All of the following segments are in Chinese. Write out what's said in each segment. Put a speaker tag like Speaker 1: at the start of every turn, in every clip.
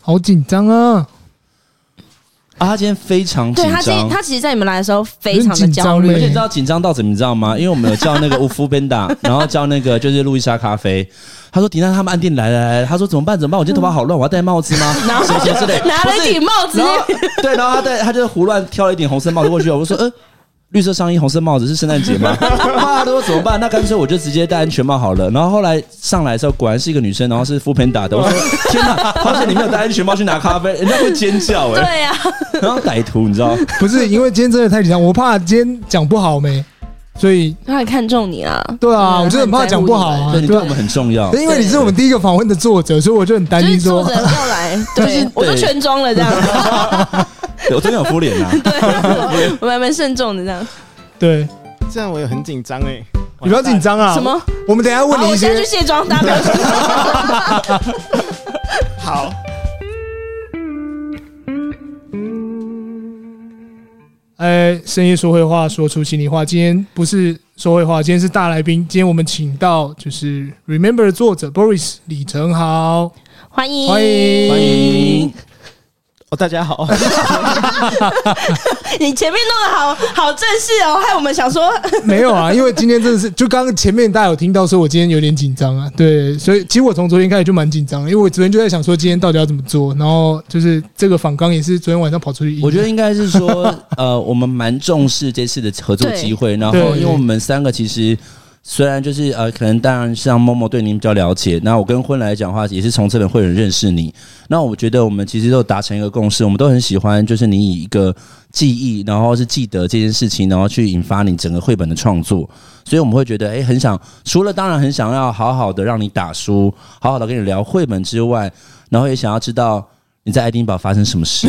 Speaker 1: 好紧张啊！
Speaker 2: 啊，他今天非常紧
Speaker 3: 对他今天
Speaker 2: 张，
Speaker 3: 他其实，在你们来的时候非常的焦
Speaker 1: 很紧张
Speaker 2: 而
Speaker 1: 嘞
Speaker 3: 虑，
Speaker 2: 且你知道紧张到怎么，你知道吗？因为我们有叫 那个乌夫 Benda，然后叫那个就是路易莎咖啡。他说：“迪娜他们按店来来来，他说怎么办怎么办？我今天头发好乱，我要戴帽子吗？
Speaker 3: 然后
Speaker 2: 什么什么之类，
Speaker 3: 拿
Speaker 2: 不
Speaker 3: 了
Speaker 2: 是
Speaker 3: 顶帽子
Speaker 2: 然，后对，然后他戴他就是胡乱挑了一顶红色帽子过去，我就说，呃，绿色上衣、红色帽子是圣诞节 吗？妈的，我怎么办？那干脆我就直接戴安全帽好了。然后后来上来的时候，果然是一个女生，然后是副片打的。我说，天哪，好险你没有戴安全帽去拿咖啡，人家会尖叫哎、
Speaker 3: 对呀、啊
Speaker 2: 然后歹徒，你知道？
Speaker 1: 不是因为今天真的太紧张，我怕今天讲不好没，所以
Speaker 3: 他很看重你啊，
Speaker 1: 对啊，
Speaker 3: 嗯
Speaker 1: 我真的很怕讲不好啊，
Speaker 2: 哦对，你对
Speaker 1: 对
Speaker 2: 我们
Speaker 1: 啊。
Speaker 2: 很重要。
Speaker 1: 因为你是我们第一个访问的作者，所以我就很担
Speaker 3: 就是
Speaker 1: 心
Speaker 3: 作
Speaker 1: 说
Speaker 3: 者，要 来，对，我就全装了这样，
Speaker 2: 对我真的有敷脸啊。
Speaker 3: 对，我还蛮慎重的这样。
Speaker 1: 对，
Speaker 4: 这样我也很紧张哎，
Speaker 1: 你不要紧张啊。
Speaker 3: 什？么？
Speaker 1: 啊我们等一下问
Speaker 3: 好，
Speaker 1: 你一
Speaker 3: 我现在
Speaker 1: 些
Speaker 3: 去，卸妆，大家 不要紧张
Speaker 4: 好，
Speaker 1: 哎，深夜说会话，说出心里话。今天不是说会话，今天是大来宾。今天我们请到就是 Remember 的作者 Boris 李成豪，
Speaker 3: 欢迎，
Speaker 1: 欢迎
Speaker 2: 欢迎，
Speaker 4: 哦，大家好，
Speaker 3: 你前面弄得好好正式哦，害我们想说，
Speaker 1: 没有啊，因为今天真的是，就刚刚前面大家有听到说，我今天有点紧张啊，对，所以其实我从昨天开始就蛮紧张的，因为我昨天就在想说今天到底要怎么做，然后就是这个访纲也是昨天晚上跑出去印的，
Speaker 2: 我觉得应该是说，呃，我们蛮重视这次的合作机会，然后
Speaker 1: 对
Speaker 2: 因为我们三个其实。虽然就是呃，可能当然像默默对您比较了解，那我跟婚来讲话也是从这本会员认识你。那我觉得我们其实都达成一个共识，我们都很喜欢，就是你以一个记忆，然后是记得这件事情，然后去引发你整个绘本的创作。所以我们会觉得，哎、很想除了当然很想要好好的让你打书，好好的跟你聊绘本之外，然后也想要知道你在爱丁堡发生什么事。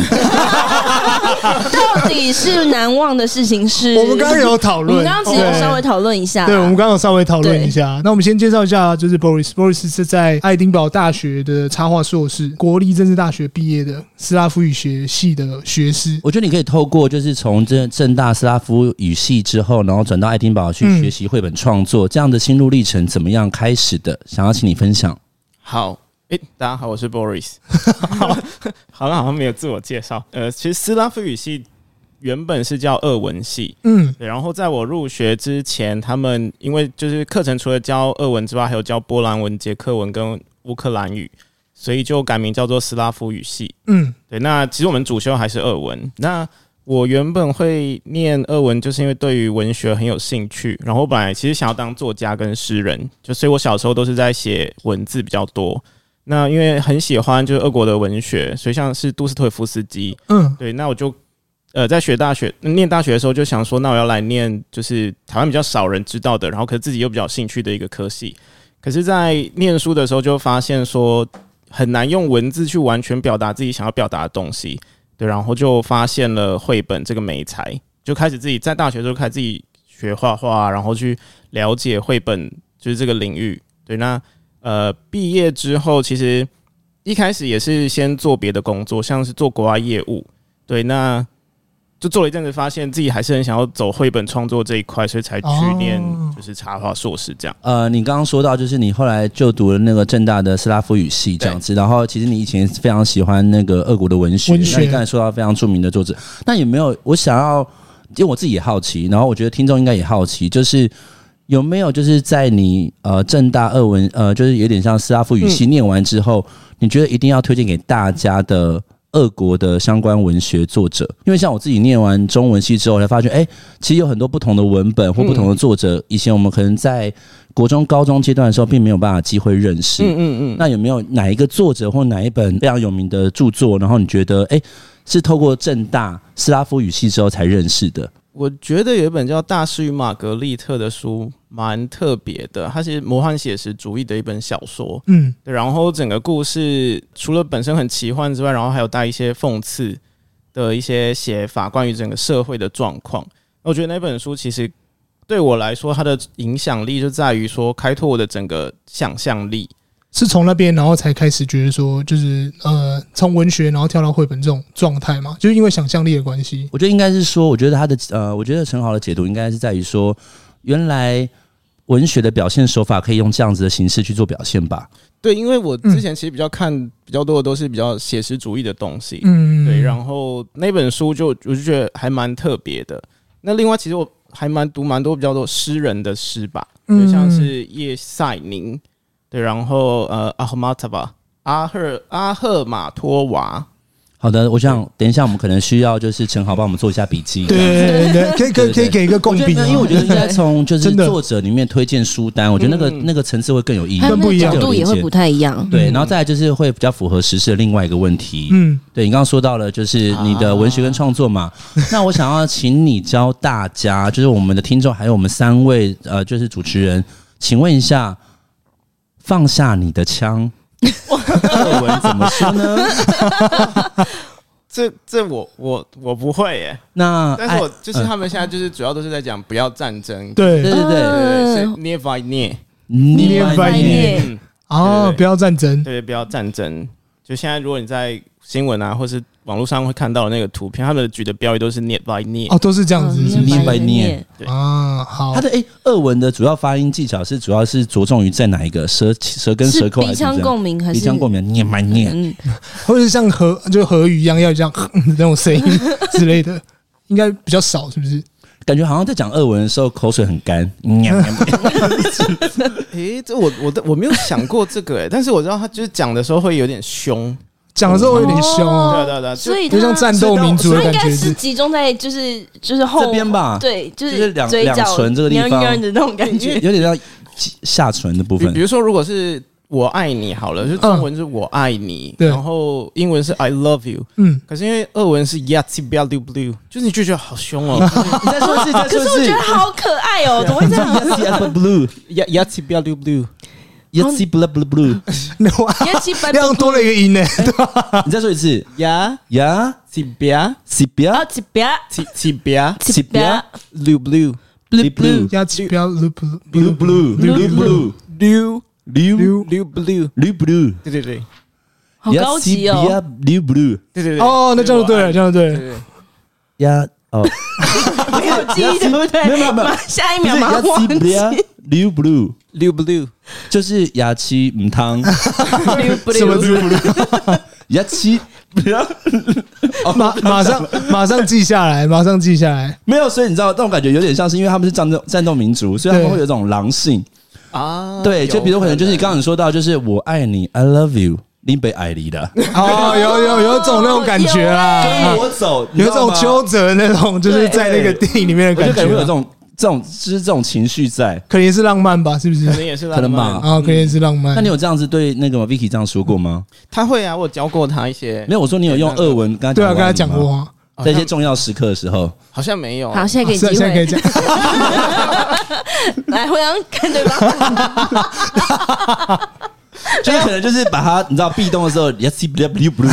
Speaker 3: 到底是难忘的事情是？
Speaker 1: 我们刚刚有讨
Speaker 3: 我
Speaker 1: 论，
Speaker 3: 们刚刚其实有稍微讨论一下，
Speaker 2: 啊
Speaker 1: 对，我们刚刚有稍微讨论一下。那我们先介绍一下，就是 Boris。Boris 是在爱丁堡大学的插画硕士，国立政治大学毕业的斯拉夫语学系的学士。
Speaker 2: 我觉得你可以透过就是从正正大斯拉夫语系之后，然后转到爱丁堡去
Speaker 1: 嗯
Speaker 2: 学习绘本创作，这样的心路历程怎么样开始的？想要请你分享。
Speaker 4: 好。诶，大家好，我是 Boris。好像好像没有自我介绍。呃，其实斯拉夫语系原本是叫俄文系，
Speaker 1: 嗯
Speaker 4: 对然后在我入学之前，他们因为就是课程除了教俄文之外，还有教波兰文、捷克文跟乌克兰语，所以就改名叫做斯拉夫语系。
Speaker 1: 嗯，
Speaker 4: 对，那其实我们主修还是俄文。那我原本会念俄文，就是因为对于文学很有兴趣，然后我本来其实想要当作家跟诗人，就所以我小时候都是在写文字比较多。那因为很喜欢就是俄国的文学，所以像是杜斯托耶夫斯基，
Speaker 1: 嗯
Speaker 4: 对，那我就呃在学大学念大学的时候就想说，那我要来念就是台湾比较少人知道的，然后可是自己又比较有兴趣的一个科系。可是，在念书的时候就发现说很难用文字去完全表达自己想要表达的东西，对，然后就发现了绘本这个美材，就开始自己在大学的时候开始自己学画画，然后去了解绘本就是这个领域。对，那呃毕业之后，其实一开始也是先做别的工作，像是做国外业务，对，那就做了一阵子，发现自己还是很想要走绘本创作这一块，所以才去
Speaker 1: 哦
Speaker 4: 念就是插画硕士这样。
Speaker 2: 呃，你刚刚说到就是你后来就读了那个正大的斯拉夫语系这样子，然后其实你以前非常喜欢那个俄国的文学，
Speaker 1: 文学
Speaker 2: 那你刚才说到非常著名的作者，那有没有我想要，因为我自己也好奇，然后我觉得听众应该也好奇，就是。有没有就是在你呃正大俄文呃就是有点像斯拉夫语系念完之后，你觉得一定要推荐给大家的俄国的相关文学作者？因为像我自己念完中文系之后，我才发觉哎、其实有很多不同的文本或不同的作者，以前我们可能在国中、高中阶段的时候，并没有办法机会认识。
Speaker 4: 嗯嗯
Speaker 2: 那有没有哪一个作者或哪一本非常有名的著作，然后你觉得哎、诶是透过正大斯拉夫语系之后才认识的？
Speaker 4: 我觉得有一本叫《大师与玛格丽特》的书蛮特别的，它是魔幻写实主义的一本小说。
Speaker 1: 嗯，
Speaker 4: 对然后整个故事除了本身很奇幻之外，然后还有带一些讽刺的一些写法，关于整个社会的状况。我觉得那本书其实对我来说，它的影响力就在于说开拓我的整个想象力。
Speaker 1: 是从那边然后才开始觉得说，就是呃，从文学然后跳到绘本这种状态嘛，就是因为想象力的关系。
Speaker 2: 我觉得应该是说，我觉得他的呃，我觉得陈豪的解读应该是在于说，原来文学的表现手法可以用这样子的形式去做表现吧？
Speaker 4: 对，因为我
Speaker 1: 嗯
Speaker 4: 之前其实比较看比较多的都是比较写实主义的东西，
Speaker 1: 嗯，
Speaker 4: 对，然后那本书就我就觉得还蛮特别的。那另外，其实我还蛮读蛮多比较多诗人的诗吧，
Speaker 1: 嗯
Speaker 4: 对，像是叶赛宁，对，然后呃阿赫马塔吧，阿赫阿赫马托娃，
Speaker 2: 好的，我想等一下我们可能需要就是陈豪帮我们做一下笔记。
Speaker 1: 对对对对，可以可以可以给一个
Speaker 2: 我
Speaker 1: 共
Speaker 2: 觉得
Speaker 1: 鸣
Speaker 2: 没
Speaker 1: 啊，
Speaker 2: 有，因为我觉得应该从就是
Speaker 1: 真的
Speaker 2: 作者里面推荐书单，我觉得那个
Speaker 4: 嗯
Speaker 2: 那个层次会更有意义
Speaker 3: 还。有那
Speaker 1: 不
Speaker 3: 个
Speaker 1: 一样
Speaker 3: 角度也会不太一样。
Speaker 2: 对，然后再来就是会比较符合时事的另外一个问题。
Speaker 1: 嗯，
Speaker 2: 对你刚刚说到了，就是
Speaker 3: 啊
Speaker 2: 你的文学跟创作嘛。那我想要请你教大家，就是我们的听众还有我们三位呃，就是主持人，请问一下，放下你的枪，作文怎么说呢？
Speaker 4: 这这我我我不会耶，
Speaker 2: 那
Speaker 4: 但是
Speaker 2: 爱
Speaker 4: 我就是他们现在就是主要都是在讲不要战争，
Speaker 2: 哎对
Speaker 1: 对
Speaker 2: 对对，
Speaker 4: 对，是
Speaker 3: 嗯
Speaker 4: near by near，
Speaker 2: 你
Speaker 1: 捏
Speaker 2: 翻
Speaker 1: 翻
Speaker 2: 译
Speaker 1: 页
Speaker 4: 嗯，
Speaker 1: 哦
Speaker 4: 对，对
Speaker 1: 不要战争，
Speaker 4: 对，不要战争。就现在，如果你在新闻啊，或是网络上会看到的那个图片，他们举的标语都是 near by near，
Speaker 1: 哦，都是这样
Speaker 3: 嗯
Speaker 1: 子，是不
Speaker 2: 捏
Speaker 1: 是
Speaker 2: 嗯白捏，
Speaker 4: 对
Speaker 1: 啊？好
Speaker 2: 它，的诶，俄文的主要发音技巧是主要是着重于在哪一个舌舌根
Speaker 3: 是
Speaker 2: 舌扣还
Speaker 3: 鼻
Speaker 2: 是怎
Speaker 3: 腔
Speaker 2: 么样？
Speaker 3: 共鸣还是
Speaker 2: 鼻腔共鸣，念慢念。
Speaker 3: 嗯，
Speaker 1: 或者是像和就和鱼一样要这样那种声音之类的，应该比较少，是不是？
Speaker 2: 感觉好像在讲俄文的时候口水很干。
Speaker 4: 诶、这我我的我没有想过这个诶、但是我知道他就是讲的时候会有点凶，
Speaker 1: 讲的时候会有点凶
Speaker 4: 对
Speaker 1: 哦，
Speaker 4: 啊对啊对啊，就
Speaker 3: 所以
Speaker 1: 就
Speaker 3: 他
Speaker 1: 像战斗民族的
Speaker 3: 应
Speaker 1: 感
Speaker 3: 该
Speaker 1: 觉
Speaker 3: 是
Speaker 1: 是。
Speaker 3: 集中在就是就是后
Speaker 2: 这边吧
Speaker 3: 对，就
Speaker 2: 就是
Speaker 3: 是
Speaker 2: 两
Speaker 3: 嘴角
Speaker 2: 两唇这个地方
Speaker 3: 蔫蔫的那种感觉。
Speaker 2: 有点像下唇的部
Speaker 4: 比
Speaker 2: 分
Speaker 4: 比。如说如果是我爱你好了，就中文是我爱你，
Speaker 1: 对
Speaker 4: 然后英文是 I love you，
Speaker 1: 嗯，
Speaker 4: 可是因为俄文是 Yati b a l u blue，就是你就觉得好凶哦
Speaker 2: 你再说一次，再
Speaker 3: 可是我觉得好可爱哦，怎么会这样？
Speaker 2: Yes, blue,
Speaker 4: ，Yat Yati b a l u blue，
Speaker 2: yes, blue, blue, blue。
Speaker 1: 那我
Speaker 3: 也基本
Speaker 1: 那样啊多了一个音呢，
Speaker 2: 你再说一次
Speaker 4: y
Speaker 2: ，Yeah,
Speaker 4: t i b a
Speaker 2: s i b i a
Speaker 3: 啊，几边
Speaker 4: t i b a
Speaker 3: 几边
Speaker 4: blue blue
Speaker 2: blue, blue,
Speaker 1: 要不要 loop
Speaker 2: blue, blue, blue, blue,
Speaker 4: blue
Speaker 2: blue,
Speaker 4: blue blue，
Speaker 2: blue, blue。
Speaker 4: 对对对
Speaker 3: 好高级哦。
Speaker 2: ，blue blue，
Speaker 4: 对对对，
Speaker 1: 哦，那这样就对了，这样就对
Speaker 4: 对
Speaker 1: 了。
Speaker 4: 对对。
Speaker 2: 呀哦，
Speaker 3: 没有记忆，对不对？
Speaker 2: 没有没有没有，
Speaker 3: 下一
Speaker 2: 不
Speaker 3: 秒
Speaker 2: 是
Speaker 3: 马上忘
Speaker 2: yes,
Speaker 3: 记。
Speaker 2: blue blue，
Speaker 4: Blue blue，
Speaker 2: 就是牙七唔汤，
Speaker 1: 什么字？
Speaker 2: 牙七不要，
Speaker 1: 马啊马上马上记下来，马上记下来。
Speaker 2: 没有，所以你知道那种感觉有点像是因为他们是战斗战斗民族，所以他们
Speaker 1: 对
Speaker 2: 会有一种狼性。
Speaker 1: 嗯
Speaker 4: 啊，
Speaker 2: 对，就比如可能就是你
Speaker 4: 有
Speaker 2: 刚刚你说到，就是我爱你，I love you，林北爱你 的，
Speaker 1: 哦，有有有种那种感觉啦，啊
Speaker 3: 欸
Speaker 2: 我走，
Speaker 1: 有一种邱
Speaker 2: 秋，
Speaker 1: 泽那种，就是在那个电影里面的
Speaker 2: 我
Speaker 1: 感
Speaker 2: 就感觉会有这
Speaker 1: 觉。嗯
Speaker 2: 种这种就是这种情绪在。
Speaker 1: 可能也是浪漫吧，是不是？
Speaker 4: 可能也是浪
Speaker 2: 可能吧
Speaker 4: 漫
Speaker 1: 啊，可能也是浪漫。
Speaker 2: 那你有这样子对那个吗 Vicky 这样说过吗？
Speaker 1: 嗯
Speaker 4: 他会啊，我有教过他一些
Speaker 2: 没，有，我说你有用俄文跟他
Speaker 1: 对啊，跟他
Speaker 2: 完
Speaker 1: 讲
Speaker 2: 吗
Speaker 1: 过，啊，
Speaker 2: 在一些重要时刻的时候，
Speaker 4: 好像没有。
Speaker 3: 好，现在给你
Speaker 1: 是啊
Speaker 3: 机
Speaker 1: 现在可以
Speaker 3: 会，
Speaker 1: 讲。
Speaker 3: 来互相看对方。
Speaker 2: 就是可能就是把他你知道壁咚的时候，yes blue blue blue，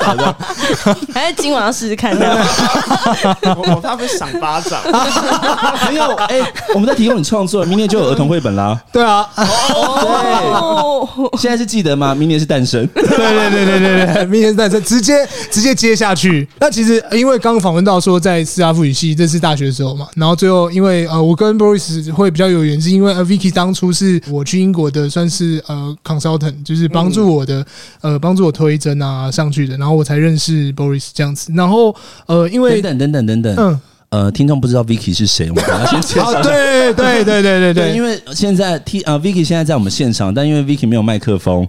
Speaker 3: 还是今晚要试试看。
Speaker 4: 我我怕被赏巴 掌。
Speaker 2: 啊没有哎，我们在提供你创作，明年就有儿童绘本啦。
Speaker 1: 对啊，
Speaker 3: 哦，
Speaker 2: 现在是记得吗？明年是诞生。
Speaker 1: 对对对对对对，明年诞生直接直接接下去。那其实因为刚访问到说在斯拉夫语系这是大学的时候嘛，然后最后因为呃我跟 Boris 会比较有缘，是因为呃 Vicky 当初是我去英国的，算是呃 consultant，就是帮助我的、呃帮助我推甄啊上去的，然后我才认识 Boris 这样子。然后呃因为
Speaker 2: 等等等等等等，
Speaker 1: 嗯
Speaker 2: 呃，听众不知道 Vicky 是谁，我们要先介绍一
Speaker 1: 啊
Speaker 2: 下。
Speaker 1: 对对对对对
Speaker 2: 对，
Speaker 1: 对
Speaker 2: 因为现在 T 呃 Vicky 现在在我们现场，但因为 Vicky 没有麦克风，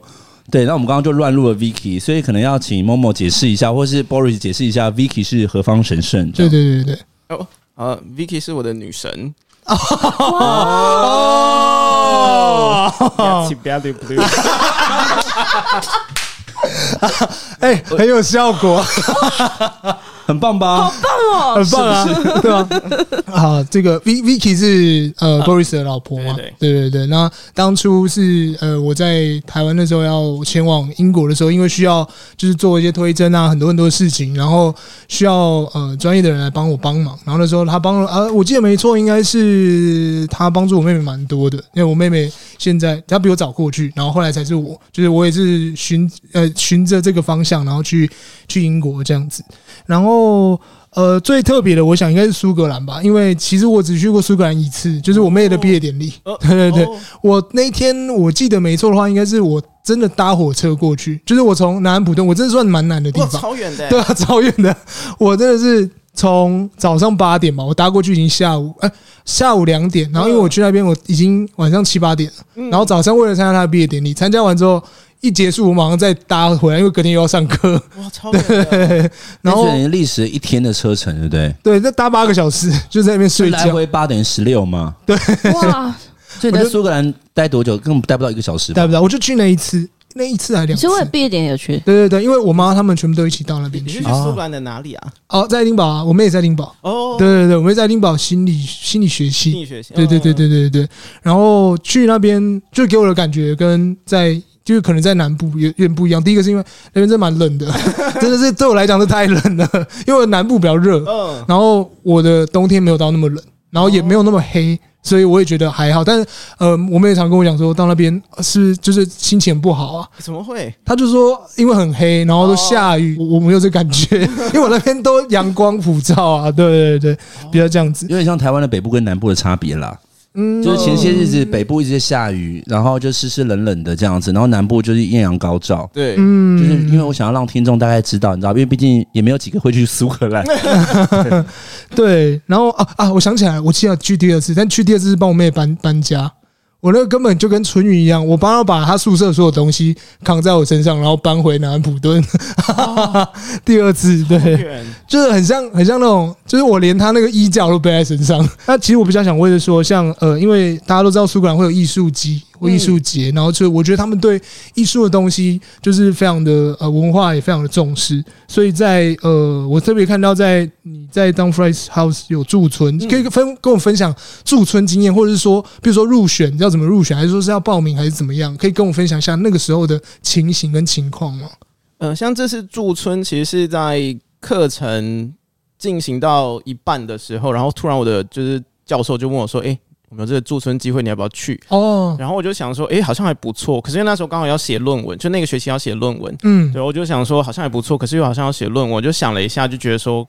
Speaker 2: 对，那我们刚刚就乱入了 Vicky，所以可能要请 Momo 解释一下，或是 Boris 解释一下 Vicky 是何方神圣。这
Speaker 1: 对对
Speaker 2: 样，
Speaker 1: 对对。
Speaker 4: 哦，呃，Vicky 是我的女神。
Speaker 1: 哦，
Speaker 4: 不要对不对？
Speaker 1: 哎、很有效果，
Speaker 2: 很棒吧？
Speaker 1: 很棒啊， 对吧、啊？这个 V Vicky 是呃、Boris 的老婆嘛？
Speaker 4: 对
Speaker 1: 对对对那当初是呃我在台湾的时候要前往英国的时候，因为需要就是做一些推甄啊，很多很多事情，然后需要呃专业的人来帮我帮忙。然后那时候他帮了呃，我记得没错，应该是他帮助我妹妹蛮多的，因为我妹妹现在她比我早过去，然后后来才是我，就是我也是循呃循着这个方向，然后去去英国这样子。然后呃，最特别的，我想应该是苏格兰吧，因为其实我只去过苏格兰一次，就是我妹的毕业典礼。
Speaker 4: 哦
Speaker 1: 对对对，
Speaker 4: 哦
Speaker 1: 我那一天我记得没错的话，应该是我真的搭火车过去，就是我从南安普顿，我真的算蛮南的地
Speaker 4: 哇，
Speaker 1: 方，
Speaker 4: 超远的欸，
Speaker 1: 对啊，超远的。我真的是从早上八点嘛，我搭过去已经下午，哎、下午两点。然后因为我去那边，我已经晚上七八点了。
Speaker 4: 嗯
Speaker 1: 然后早上为了参加他的毕业典礼，参加完之后一结束，我马上再搭回来，因为隔天又要上课。
Speaker 4: 哇，超远的，
Speaker 1: 然后
Speaker 2: 那等于历时一天的车程，对不对？
Speaker 1: 对，再搭八个小时，就在那边睡
Speaker 2: 来
Speaker 1: 觉，
Speaker 2: 回八等于十六吗？
Speaker 3: 哇！
Speaker 2: 所以你在
Speaker 1: 我就
Speaker 2: 苏格兰待多久？根本待不到一个小时吧。
Speaker 1: 搭不到。我就去那一次，那一次还两次
Speaker 3: 所以。我毕业典礼有去，
Speaker 1: 对对对，因为我妈他们全部都一起到那边
Speaker 4: 你是
Speaker 1: 去
Speaker 4: 去。苏格兰的哪里啊？
Speaker 1: 哦，在丁堡啊，我妹也在丁堡。
Speaker 4: 哦，
Speaker 1: 对，对对，我妹在丁堡心理心理学系
Speaker 4: 心。理学系，嗯
Speaker 1: 对对
Speaker 2: 哦
Speaker 1: 对对对对。然后去那边就给我的感觉跟在就是可能在南部有有点不一样。第一个是因为那边真的蛮冷的， 真的是对我来讲是太冷了， 因为南部比较热，
Speaker 4: 嗯，嗯，
Speaker 1: 然后我的冬天没有到那么冷，然后也没有那么黑。所以我也觉得还好，但是呃，我妹也常跟我讲说，到那边呃是就是心情很不好啊。
Speaker 4: 怎么会？
Speaker 1: 她就说，因为很黑，然后都下
Speaker 2: 哦
Speaker 1: 雨，我我没有这感觉， 因为我那边都阳光普照啊。对对对，
Speaker 2: 哦
Speaker 1: 比较这样子。
Speaker 2: 有点像台湾的北部跟南部的差别啦，
Speaker 1: 嗯，
Speaker 2: 就是前些日子北部一直在下雨，然后就湿湿冷冷的这样子，然后南部就是艳阳高照。
Speaker 4: 对，
Speaker 1: 嗯，
Speaker 2: 就是因为我想要让听众大概知道，你知道，因为毕竟也没有几个会去苏 格兰，
Speaker 1: 对，然后啊啊，我想起来，我记得去第二次，但去第二次是帮我妹搬搬家。我那个根本就跟春雨一样，我帮她把她宿舍所有东西扛在我身上，然后搬回南安普顿。
Speaker 2: 哦
Speaker 1: 第二次，对，
Speaker 4: 远，
Speaker 1: 就是很像很像那种，就是我连她那个衣架都背在身上。那其实我比较想为了说，像呃，因为大家都知道苏格兰会有艺术季或艺术节，然后就我觉得他们对艺术的东西就是非常的呃文化也非常的重视，所以在呃我特别看到在你在 d o w n f r i e s House 有驻村，可以分跟我分享驻村经验，或者是说比如说入选要怎么入选，还是说是要报名还是怎么样，可以跟我分享一下那个时候的情形跟情况吗？
Speaker 4: 嗯，像这次驻村，其实是在课程进行到一半的时候，然后突然我的就是教授就问我说：“诶，我们有这个驻村机会，你要不要去？”
Speaker 1: 哦，
Speaker 4: 然后我就想说：“诶，好像还不错。”可是因为那时候刚好要写论文，就那个学期要写论文，
Speaker 1: 嗯，
Speaker 4: 对，我就想说好像还不错，可是又好像要写论文，我就想了一下，就觉得说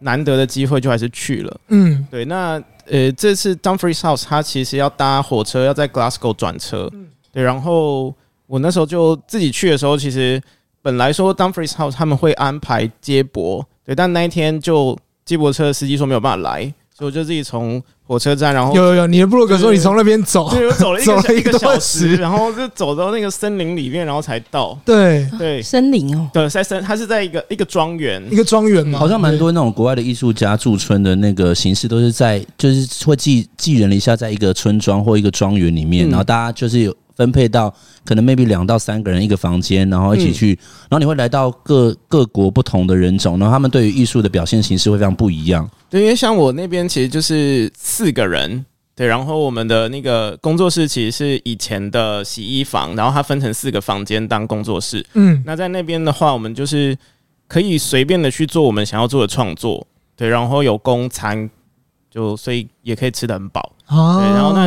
Speaker 4: 难得的机会，就还是去了。
Speaker 1: 嗯，
Speaker 4: 对，那呃，这次 Dumfries House 它其实要搭火车，要在 Glasgow 转车。对，然后我那时候就自己去的时候，其实本来说 Dumfries House 他们会安排接驳，对，但那一天就接驳车的司机说没有办法来，所以我就自己从火车站，然后
Speaker 1: 有有有，你的布洛格说你从那边走，
Speaker 4: 哦 对，我走了一个
Speaker 1: 走了
Speaker 4: 小
Speaker 1: 一
Speaker 4: 一
Speaker 1: 个多
Speaker 4: 个小
Speaker 1: 时
Speaker 4: 时，然后就走到那个森林里面，然后才到。
Speaker 1: 对，
Speaker 4: 对，
Speaker 3: 森林哦，
Speaker 4: 对，在森，它是在一个一个庄园
Speaker 1: 一。个庄园嘛，
Speaker 2: 好像蛮多那种国外的艺术家驻村的那个形式，都是在就是会寄寄人篱下，在一个村庄或一个庄园里面，
Speaker 4: 嗯
Speaker 2: 然后大家就是有分配到可能 maybe 两到三个人一个房间，然后一起去，
Speaker 1: 嗯
Speaker 2: 然后你会来到各各国不同的人种，然后他们对于艺术的表现形式会非常不一样。
Speaker 4: 对，因为像我那边其实就是四个人，对，然后我们的那个工作室其实是以前的洗衣房，然后它分成四个房间当工作室。
Speaker 1: 嗯，
Speaker 4: 那在那边的话，我们就是可以随便的去做我们想要做的创作，对，然后有供餐，就所以也可以吃的很饱，
Speaker 1: 啊，
Speaker 4: 对然后那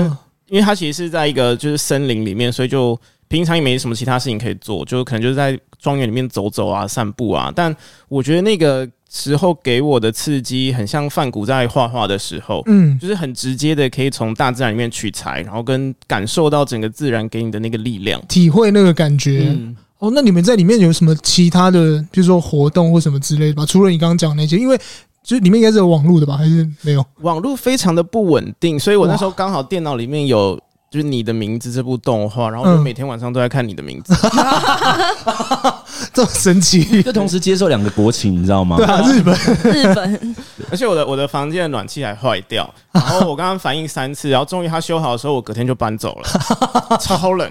Speaker 4: 因为它其实是在一个就是森林里面，所以就平常也没什么其他事情可以做，就可能就是在庄园里面走走啊、散步啊。但我觉得那个时候给我的刺激，很像范谷在画画的时候，
Speaker 1: 嗯
Speaker 4: 就是很直接的可以从大自然里面取材，然后跟感受到整个自然给你的那个力量。
Speaker 1: 体会那个感觉。
Speaker 4: 嗯，
Speaker 1: 哦，那你们在里面有什么其他的，比如说活动或什么之类的吧？除了你刚刚讲那些，因为就是里面应该是有网络的吧，还是 没有？
Speaker 4: 网络非常的不稳定，所以我那时候刚好电脑里面有。就是你的名字这部动画，然后我
Speaker 1: 嗯
Speaker 4: 就每天晚上都在看你的名字，
Speaker 1: 这么神奇？
Speaker 2: 就同时接受两个国情，你知道 吗
Speaker 1: 对？ 啊，日本
Speaker 3: 日 本
Speaker 4: 而且我的我的房间的暖气还坏掉，然后我刚刚反应三次，然后终于它修好的时候，我隔天就搬走了， 超冷。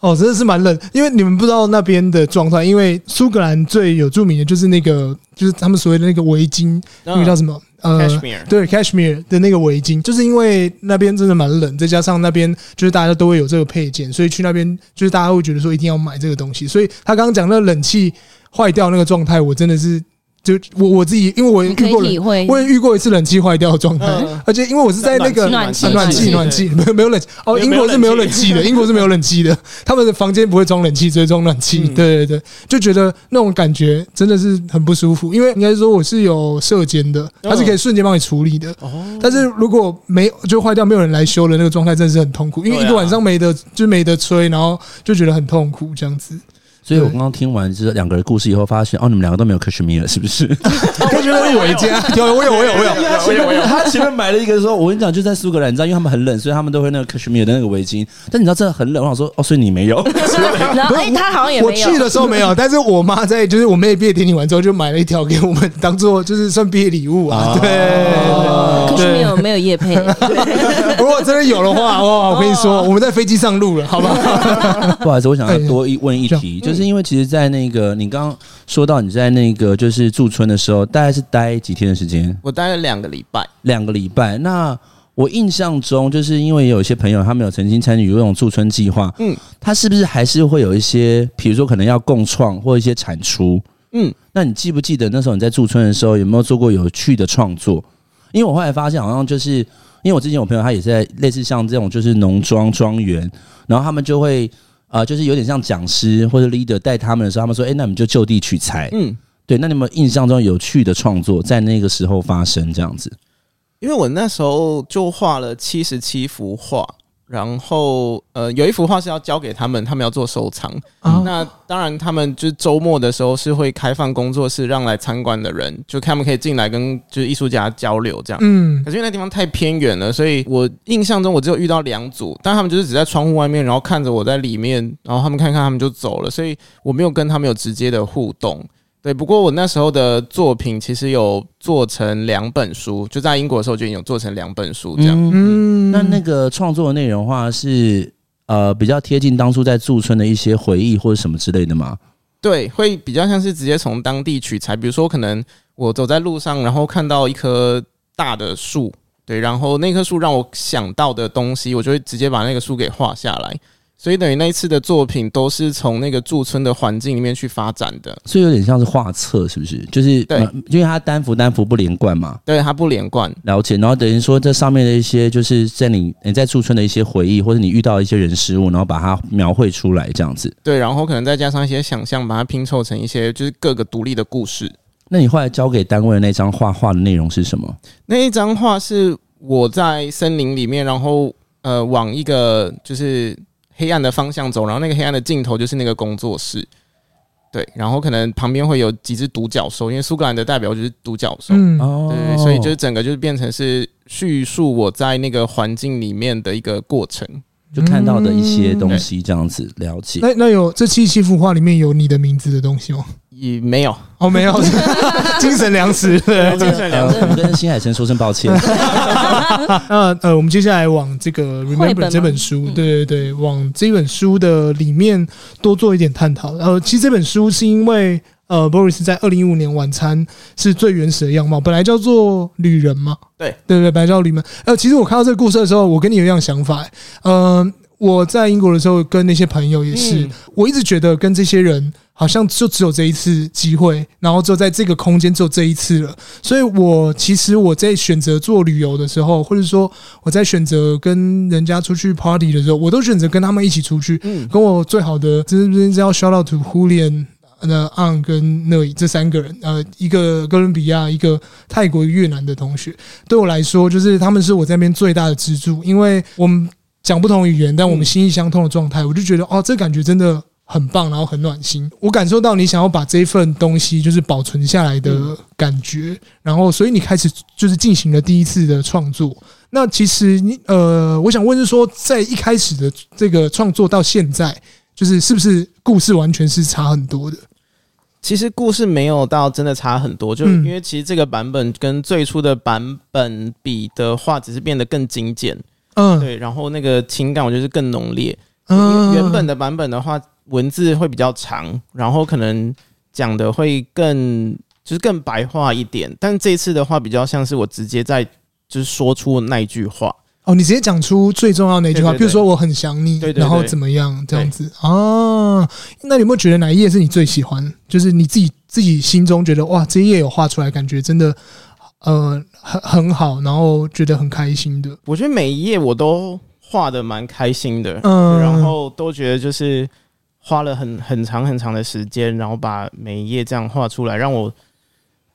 Speaker 1: 哦，真的是蛮冷，因为你们不知道那边的状态。因为苏格兰最有著名的就是那个，就是他们所谓的那个围巾，
Speaker 4: 嗯
Speaker 1: 那个叫什么？呃
Speaker 4: Cashmere
Speaker 1: 对 Cashmere 的那个围巾，就是因为那边真的蛮冷，再加上那边就是大家都会有这个配件，所以去那边就是大家会觉得说一定要买这个东西。所以他刚刚讲那个冷气坏掉那个状态，我真的是就我我自己，因为我也
Speaker 3: 你可
Speaker 1: 遇
Speaker 3: 以
Speaker 1: 过
Speaker 3: 体
Speaker 1: 冷，
Speaker 3: 会
Speaker 1: 我也遇过一次冷气坏掉的状态
Speaker 4: 嗯，
Speaker 1: 而且因为我是在那个
Speaker 3: 暖气
Speaker 1: 啊暖气暖
Speaker 4: 暖
Speaker 1: 气
Speaker 4: 气
Speaker 1: 没有没有冷气哦，
Speaker 4: 没有
Speaker 1: 英国是没
Speaker 4: 没
Speaker 1: 有
Speaker 4: 有
Speaker 1: 冷
Speaker 4: 冷
Speaker 1: 气的，英国是没有冷气 的，他们的房间不会装冷气，只会装暖气。
Speaker 4: 嗯
Speaker 1: 对对对，就觉得那种感觉真的是很不舒服，因为应该说我是有射间的，它是可以瞬间帮你处理的。
Speaker 4: 哦，
Speaker 1: 但是如果没有就坏掉，没有人来修的那个状态，真的是很痛苦，因为
Speaker 4: 对啊
Speaker 1: 一个晚上没得就没得吹，然后就觉得很痛苦这样子。
Speaker 2: 所以我刚刚听完这两个人故事以后，发现哦，你们两个都没有 cashmere 是不是？
Speaker 1: 哦我觉得我以 为家有我有我有我有，
Speaker 4: 我有我有，
Speaker 2: 他前面买了一个说，我跟你讲，就在苏格兰，你知道，因为他们很冷，所以他们都会那个 cashmere 的那个围巾。但你知道真的很冷，我想说哦，所以你没有，
Speaker 3: 然后哎，他好像也
Speaker 1: 啊我
Speaker 3: 没有
Speaker 1: 去。的时候 没有，但是我妈在就是我妹毕业典礼完之后就买了一条给我们当做就是算毕业礼物啊。对
Speaker 3: 可
Speaker 1: 对
Speaker 3: 是没有没有叶 配，
Speaker 1: 对，如果真的有的话，哇，我跟你
Speaker 3: 哦
Speaker 1: 说，我们在飞机上录了，好不 好？
Speaker 2: 不好意思，我想要多一问一题，就是因为其实，在那个你刚刚说到你在那个就是驻村的时候，大概是待几天的时间？
Speaker 4: 我待了两个礼拜，
Speaker 2: 两个礼拜。那我印象中，就是因为有一些朋友他们有曾经参与这种驻村计划，嗯
Speaker 4: 嗯，
Speaker 2: 他是不是还是会有一些，比如说可能要共创或一些产出？
Speaker 4: 嗯，
Speaker 2: 那你记不记得那时候你在驻村的时候有没有做过有趣的创作？因为我后来发现，好像就是因为我之前有朋友他也是在类似像这种就是农庄庄园，然后他们就会呃，就是有点像讲师或者 leader 带他们的时候，他们说：“哎、那你们就就地取材。
Speaker 4: 嗯，”
Speaker 2: 对，那你们印象中有趣的创作在那个时候发生这样子？
Speaker 4: 因为我那时候就画了七十七幅画，然后呃，有一幅画是要交给他们，他们要做收藏。
Speaker 1: 啊
Speaker 3: 哦
Speaker 4: 那当然，他们就是周末的时候是会开放工作室，让来参观的人，就他们可以进来跟就是艺术家交流这样。
Speaker 1: 嗯，
Speaker 4: 可是因为那地方太偏远了，所以我印象中我只有遇到两组，但他们就是只在窗户外面，然后看着我在里面，然后他们看看他们就走了，所以我没有跟他们有直接的互动。对，不过我那时候的作品其实有做成两本书，就在英国的时候就已经有做成两本书这样。
Speaker 1: 嗯，
Speaker 2: 那那个创作的内容的话是呃比较贴近当初在驻村的一些回忆或者什么之类的吗？
Speaker 4: 对，会比较像是直接从当地取材，比如说可能我走在路上，然后看到一棵大的树，对，然后那棵树让我想到的东西，我就会直接把那个树给画下来。所以等于那一次的作品都是从那个驻村的环境里面去发展的，
Speaker 2: 所以有点像是画册，是不是？就是
Speaker 4: 对
Speaker 2: 呃因为它单幅单幅不连贯嘛，
Speaker 4: 对，它不连贯。
Speaker 2: 了解。然后等于说这上面的一些就是在你你在驻村的一些回忆，或者你遇到一些人事物，然后把它描绘出来这样子。
Speaker 4: 对，然后可能再加上一些想象，把它拼凑成一些就是各个独立的故事。
Speaker 2: 那你后来交给单位的那张画画的内容是什么？
Speaker 4: 那一张画是我在森林里面，然后呃往一个就是黑暗的方向走，然后那个黑暗的尽头就是那个工作室。对，然后可能旁边会有几只独角兽，因为苏格兰的代表就是独角兽。
Speaker 1: 嗯，
Speaker 2: 哦
Speaker 4: 对，所以就是整个就是变成是叙述我在那个环境里面的一个过程。
Speaker 2: 就看到的一些东西这样子，了解。
Speaker 1: 那那有这七七幅画里面有你的名字的东西吗？
Speaker 4: 也没有，
Speaker 1: 哦，没有， 精神粮食。对
Speaker 2: 呃我们跟新海诚说声抱歉。
Speaker 1: 那呃，我们接下来往这个
Speaker 3: 绘本
Speaker 1: Remember
Speaker 3: 吗
Speaker 1: 这本书，
Speaker 3: 嗯
Speaker 1: 对对对，往这本书的里面多做一点探讨。呃，其实这本书是因为呃，Boris 在二零一五年晚餐是最原始的样貌，本来叫做旅人嘛，
Speaker 4: 对
Speaker 1: 对对，本来叫旅人。呃，其实我看到这个故事的时候，我跟你有一样想法、欸，呃。我在英国的时候，跟那些朋友也是，
Speaker 4: 嗯
Speaker 1: 我一直觉得跟这些人好像就只有这一次机会，然后就在这个空间只有这一次了。所以我其实我在选择做旅游的时候，或者说我在选择跟人家出去 party 的时候，我都选择跟他们一起出去。
Speaker 4: 嗯，
Speaker 1: 跟我最好的，这这这要 shout out to Julian、那 On 跟那这三个人，呃，一个哥伦比亚，一个泰国，一个越南的同学，对我来说，就是他们是我在那边最大的支柱，因为我们讲不同语言，但我们
Speaker 4: 嗯
Speaker 1: 心意相通的状态，我就觉得哦，这感觉真的。很棒，然后很暖心。我感受到你想要把这份东西就是保存下来
Speaker 4: 嗯
Speaker 1: 的感觉，然后所以你开始就是进行了第一次的创作。那其实你呃，我想问是说，在一开始的这个创作到现在，就是是不是故事完全是差很多的？
Speaker 4: 其实故事没有到真的差很多，就
Speaker 1: 嗯
Speaker 4: 因为其实这个版本跟最初的版本比的话，只是变得更精简，
Speaker 1: 嗯
Speaker 4: 对，然后那个情感我觉得是更浓烈。因
Speaker 1: 嗯，
Speaker 4: 为原本的版本的话，文字会比较长，然后可能讲的会更就是更白话一点，但这次的话比较像是我直接在就是说出那一句话，
Speaker 1: 哦，你直接讲出最重要的那句话，
Speaker 4: 对对对
Speaker 1: 譬如说我很想你，
Speaker 4: 对对对
Speaker 1: 然后怎么样这样子啊？那你有没有觉得哪一页是你最喜欢？就是你自己自己心中觉得哇，这一页有画出来，感觉真的呃很很好，然后觉得很开心的。
Speaker 4: 我觉得每一页我都画的蛮开心的，
Speaker 1: 嗯
Speaker 4: 然后都觉得就是花了很很长很长的时间，然后把每一页这样画出来，让我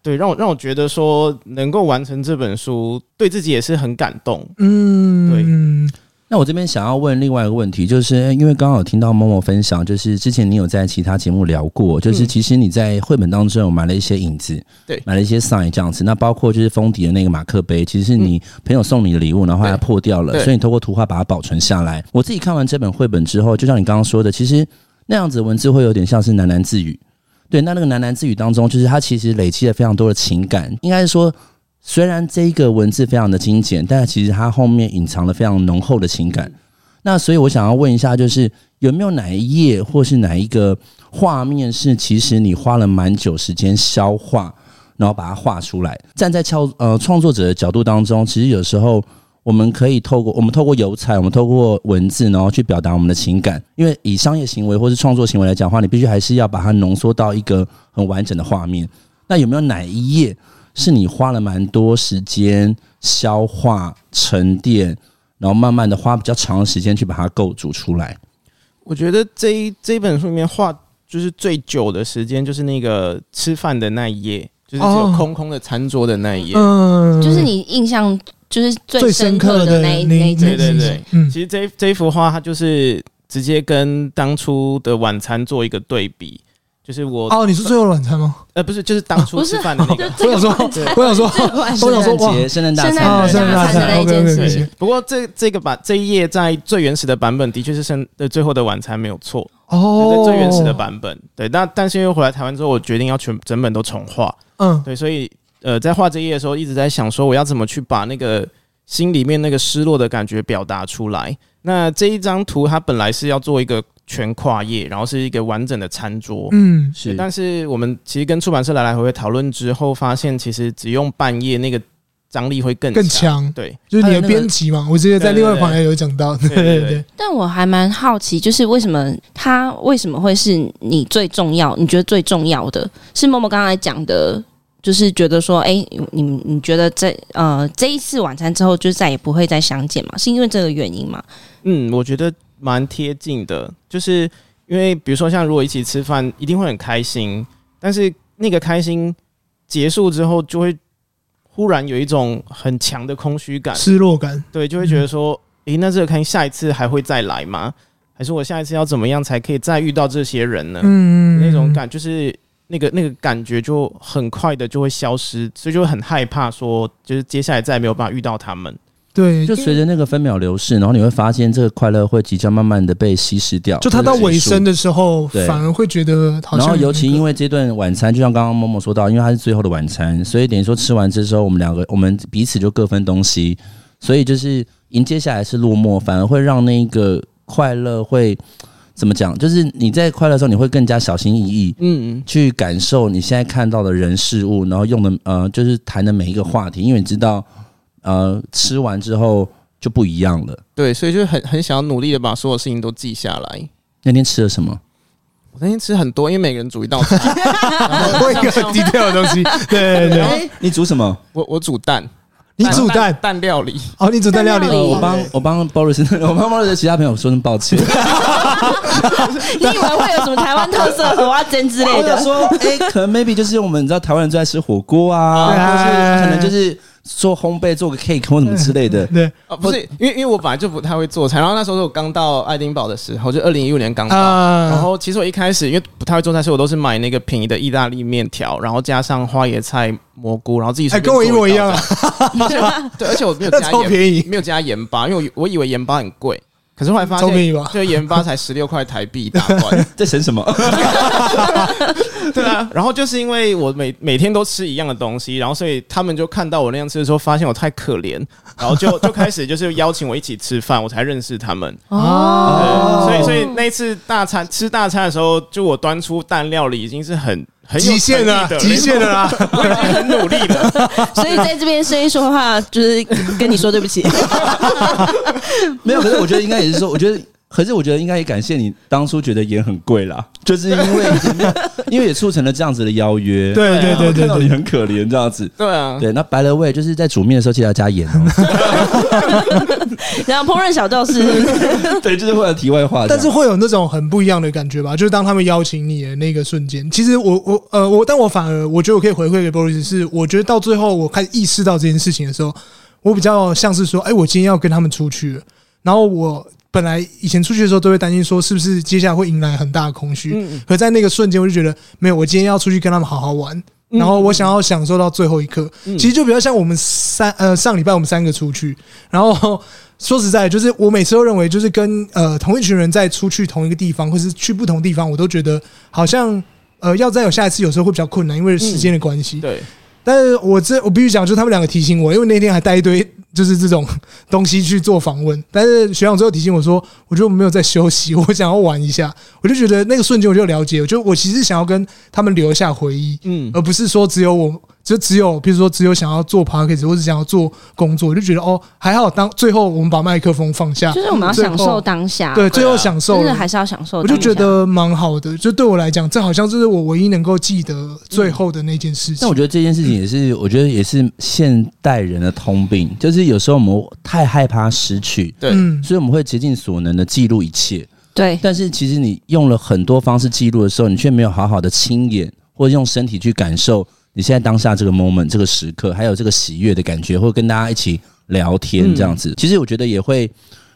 Speaker 4: 对让我让我觉得说能够完成这本书，对自己也是很感动。对
Speaker 1: 嗯，
Speaker 2: 那我这边想要问另外一个问题，就是诶因为刚好听到某某分享，就是之前你有在其他节目聊过，就是其实你在绘本当中有埋了一些影子，
Speaker 4: 嗯对
Speaker 2: 埋了一些 sign 这样子。那包括就是封底的那个马克杯，其实是你朋友送你的礼物，然后它
Speaker 4: 嗯对
Speaker 2: 破掉了，
Speaker 4: 对
Speaker 2: 所以你透过图画把它保存下来。我自己看完这本绘本之后，就像你刚刚说的，其实那样子的文字会有点像是喃喃自语。对，那那个喃喃自语当中，就是它其实累积了非常多的情感，应该是说虽然这一个文字非常的精简，但其实它后面隐藏了非常浓厚的情感。那所以我想要问一下，就是有没有哪一页或是哪一个画面是其实你花了蛮久时间消化，然后把它画出来？站在创呃创作者的角度当中，其实有时候。我们可以透过我们透过油彩，我们透过文字，然后去表达我们的情感。因为以商业行为或是创作行为来讲的话，你必须还是要把它浓缩到一个很完整的画面。那有没有哪一页是你花了蛮多时间消化、沉淀，然后慢慢的花比较长的时间去把它构筑出来。
Speaker 4: 我觉得这一这一本书里面画就是最久的时间，就是那个吃饭的那一页，就是只有
Speaker 1: 哦
Speaker 4: 空空的餐桌的那一页。
Speaker 1: 嗯，
Speaker 3: 就是你印象就是
Speaker 1: 最
Speaker 3: 最
Speaker 1: 深
Speaker 3: 深
Speaker 1: 刻
Speaker 3: 刻
Speaker 1: 的
Speaker 3: 的那一
Speaker 1: 那
Speaker 3: 那一
Speaker 4: 对
Speaker 3: 件
Speaker 4: 对
Speaker 3: 事
Speaker 4: 对
Speaker 3: 情。，
Speaker 1: 嗯
Speaker 4: 其实这一这一幅画，它就是直接跟当初的晚餐做一个对比，就是我、
Speaker 1: 哦，你是最后晚餐吗？
Speaker 4: 呃不是，就是当初
Speaker 3: 不是
Speaker 4: 吃饭的那个。
Speaker 3: 就
Speaker 1: 我想说， 我 想说，我想说
Speaker 2: 圣诞
Speaker 1: 哇，
Speaker 2: 节、圣诞大
Speaker 3: 圣
Speaker 2: 餐，
Speaker 1: 哦
Speaker 3: 诞
Speaker 1: 圣诞大餐
Speaker 3: 大餐的那一件
Speaker 1: OK，OK，
Speaker 3: 事情
Speaker 1: 对，
Speaker 4: 不过这这个版这一页在最原始的版本的确是生的最后的晚餐没有错，就
Speaker 1: 哦，
Speaker 4: 在最原始的，版本。对，那但是因为回来台湾之后，我决定要全整本都重画，
Speaker 1: 嗯，
Speaker 4: 对，所以呃，在画这一页的时候，一直在想说我要怎么去把那个心里面那个失落的感觉表达出来。那这一张图它本来是要做一个全跨页，然后是一个完整的餐桌。
Speaker 1: 嗯，
Speaker 2: 是
Speaker 4: 但是我们其实跟出版社来来回回讨论之后，发现其实只用半页那个张力会更
Speaker 1: 更
Speaker 4: 强。
Speaker 1: 强，
Speaker 4: 对
Speaker 1: 就是你的编辑嘛，我之前在另外一个访谈有讲到，对
Speaker 4: 对对对
Speaker 1: 对对，
Speaker 3: 但我还蛮好奇，就是为什么它为什么会是你最重要？你觉得最重要的是默默刚才讲的，就是觉得说，哎、你你觉得这呃这一次晚餐之后就再也不会再相见嘛？是因为这个原因吗？
Speaker 4: 嗯，我觉得蛮贴近的，就是因为比如说像如果一起吃饭，一定会很开心，但是那个开心结束之后，就会忽然有一种很强的空虚感，
Speaker 1: 失落感，
Speaker 4: 对，就会觉得说，诶、那这个开心下一次还会再来吗？还是我下一次要怎么样才可以再遇到这些人呢？
Speaker 1: 嗯，
Speaker 4: 那种，感就是那个那个感觉就很快的就会消失，所以就会很害怕说，就是接下来再也没有办法遇到他们。
Speaker 1: 对，
Speaker 2: 就随着那个分秒流逝，然后你会发现这个快乐会即将慢慢的被稀释掉。
Speaker 1: 就它到尾声
Speaker 2: 的，
Speaker 1: 的时候，
Speaker 2: 对
Speaker 1: 反而会觉得好
Speaker 2: 然
Speaker 1: 像
Speaker 2: 后
Speaker 1: 有
Speaker 2: 尤其因
Speaker 1: 为
Speaker 2: 为这顿晚餐，就像刚刚默默说到，因为它是最后的晚餐，所以等于说吃完这之后，我们两个我们彼此就各分东西，所以就是迎接下来是落寞，反而会让那个快乐会怎么讲？就是你在快乐的时候，你会更加小心翼翼，
Speaker 4: 嗯，
Speaker 2: 去感受你现在看到的人事物，然后用的呃，就是谈的每一个话题，因为你知道，呃，吃完之后就不一样了。
Speaker 4: 对，所以就很很想要努力的把所有事情都记下来。
Speaker 2: 那天吃了什么？
Speaker 4: 我那天吃很多，因为每个人煮一道菜。
Speaker 1: 会有 detail 的东西，对对对，
Speaker 2: 哎，你煮什么？
Speaker 4: 我我煮蛋，
Speaker 1: 你煮蛋
Speaker 4: 蛋，蛋料理，
Speaker 1: 哦，你煮蛋料理，
Speaker 3: 蛋料理
Speaker 2: 我帮我帮 Boris，我帮 Boris 的其他朋友说声抱歉。
Speaker 3: 你以为会有什么台湾特色荷花煎之类
Speaker 2: 我
Speaker 3: 的
Speaker 2: 想？
Speaker 1: 哦
Speaker 2: 说，哎，可能 maybe 就是我们你知道台湾人最爱吃火锅啊，
Speaker 1: 对啊
Speaker 2: 或是可能就是做烘焙做个 cake 或什么之 类的。
Speaker 1: 对
Speaker 4: 哦，不是，因为因为我本来就不太会做菜，然后那时候是我刚到爱丁堡的时候，就二零一五年刚到。
Speaker 1: 啊，
Speaker 4: 嗯然后其实我一开始因为不太会做菜，所以我都是买那个便宜的意大利面条，然后加上花椰菜、蘑菇，然后自己
Speaker 1: 哎，
Speaker 4: 随便
Speaker 1: 跟我一模一样
Speaker 4: 做道
Speaker 1: 啊，
Speaker 4: 菜。 对，而且我没有
Speaker 1: 那
Speaker 4: 加
Speaker 1: 超
Speaker 4: 盐，
Speaker 1: 便宜，
Speaker 4: 没有加盐巴，因为我以我以为盐巴很贵，可是后来发
Speaker 1: 超便
Speaker 4: 现，
Speaker 1: 宜吧？
Speaker 4: 这盐巴才十六块台币一大 罐。
Speaker 2: 在省什么？
Speaker 4: 对啊， 然后就是因为我每每天都吃一样的东西，然后所以他们就看到我那样吃的时候，发现我太可怜，然后就 就开始就是邀请我一起吃饭，我才认识他们。对
Speaker 1: 哦
Speaker 4: 所以所以那一次大餐吃大餐的时候，就我端出蛋料理已经是很很有
Speaker 1: 极限了
Speaker 4: 诚，意的
Speaker 1: 极限，了啦！
Speaker 4: 我已经很努力了。
Speaker 3: 所以在这边声音说话，就是跟你说对不起。
Speaker 2: 没有，可是我觉得应该也是说，我觉得可是我觉得应该也感谢你当初觉得盐很贵啦，就是因为已经 没有因为也促成了这样子的邀约。
Speaker 1: 对对对对
Speaker 2: 看到你
Speaker 1: 对，
Speaker 2: 很可怜这样子。
Speaker 4: 对啊，
Speaker 2: 对，那白了味就是在煮面的时候记得要加盐 哦。
Speaker 3: 然后烹饪小教室是不是
Speaker 2: 对，就是会有题外话这样。
Speaker 1: 但是会有那种很不一样的感觉吧？就是当他们邀请你的那个瞬间，其实我我呃我，但我反而我觉得我可以回馈给 Boris 是，我觉得到最后我开始意识到这件事情的时候，我比较像是说，哎、我今天要跟他们出去了，然后我本来以前出去的时候都会担心说，是不是接下来会迎来很大的空虚，
Speaker 4: 嗯，
Speaker 1: 可在那个瞬间，我就觉得没有，我今天要出去跟他们好好玩，
Speaker 4: 嗯
Speaker 1: 然后我想要享受到最后一刻。
Speaker 4: 嗯
Speaker 1: 其实就比较像我们三呃上礼拜我们三个出去，然后说实在，就是我每次都认为，就是跟呃同一群人在出去同一个地方，或是去不同地方，我都觉得好像。呃，要再有下一次，有时候会比较困难，因为时间的关系。
Speaker 4: 对，
Speaker 1: 但是我这我必须讲，就是他们两个提醒我，因为那天还带一堆就是这种东西去做访问。但是学长最后提醒我说，我觉得我没有在休息，我想要玩一下。我就觉得那个瞬间我就了解，我就我其实想要跟他们留下回忆，
Speaker 4: 嗯，
Speaker 1: 而不是说只有我，就只有比如说只有想要做 p a c k a g e 或者想要做工作，我就觉得哦还好当最后我们把麦克风放下，
Speaker 2: 嗯
Speaker 3: 就是我们要享
Speaker 1: 最后
Speaker 3: 受当下，
Speaker 1: 对，最后享受
Speaker 3: 啊真
Speaker 1: 了
Speaker 3: 的还是要享受
Speaker 1: 我
Speaker 3: 当下。
Speaker 1: 就觉得蛮好的，就对我来讲，这好像就是我唯一能够记得最
Speaker 3: 嗯
Speaker 1: 后的那件事情。
Speaker 2: 但我觉得这件事情也是，我觉得也是现代人的通病，就是有时候我们太害怕失去，
Speaker 4: 对
Speaker 1: 嗯，
Speaker 2: 所以我们会竭尽所能的记录一切。
Speaker 3: 对，
Speaker 2: 但是其实你用了很多方式记录的时候，你却没有好好的亲眼或者用身体去感受你现在当下这个 moment 这个时刻，还有这个喜悦的感觉，或者跟大家一起聊天这样子。其实我觉得也会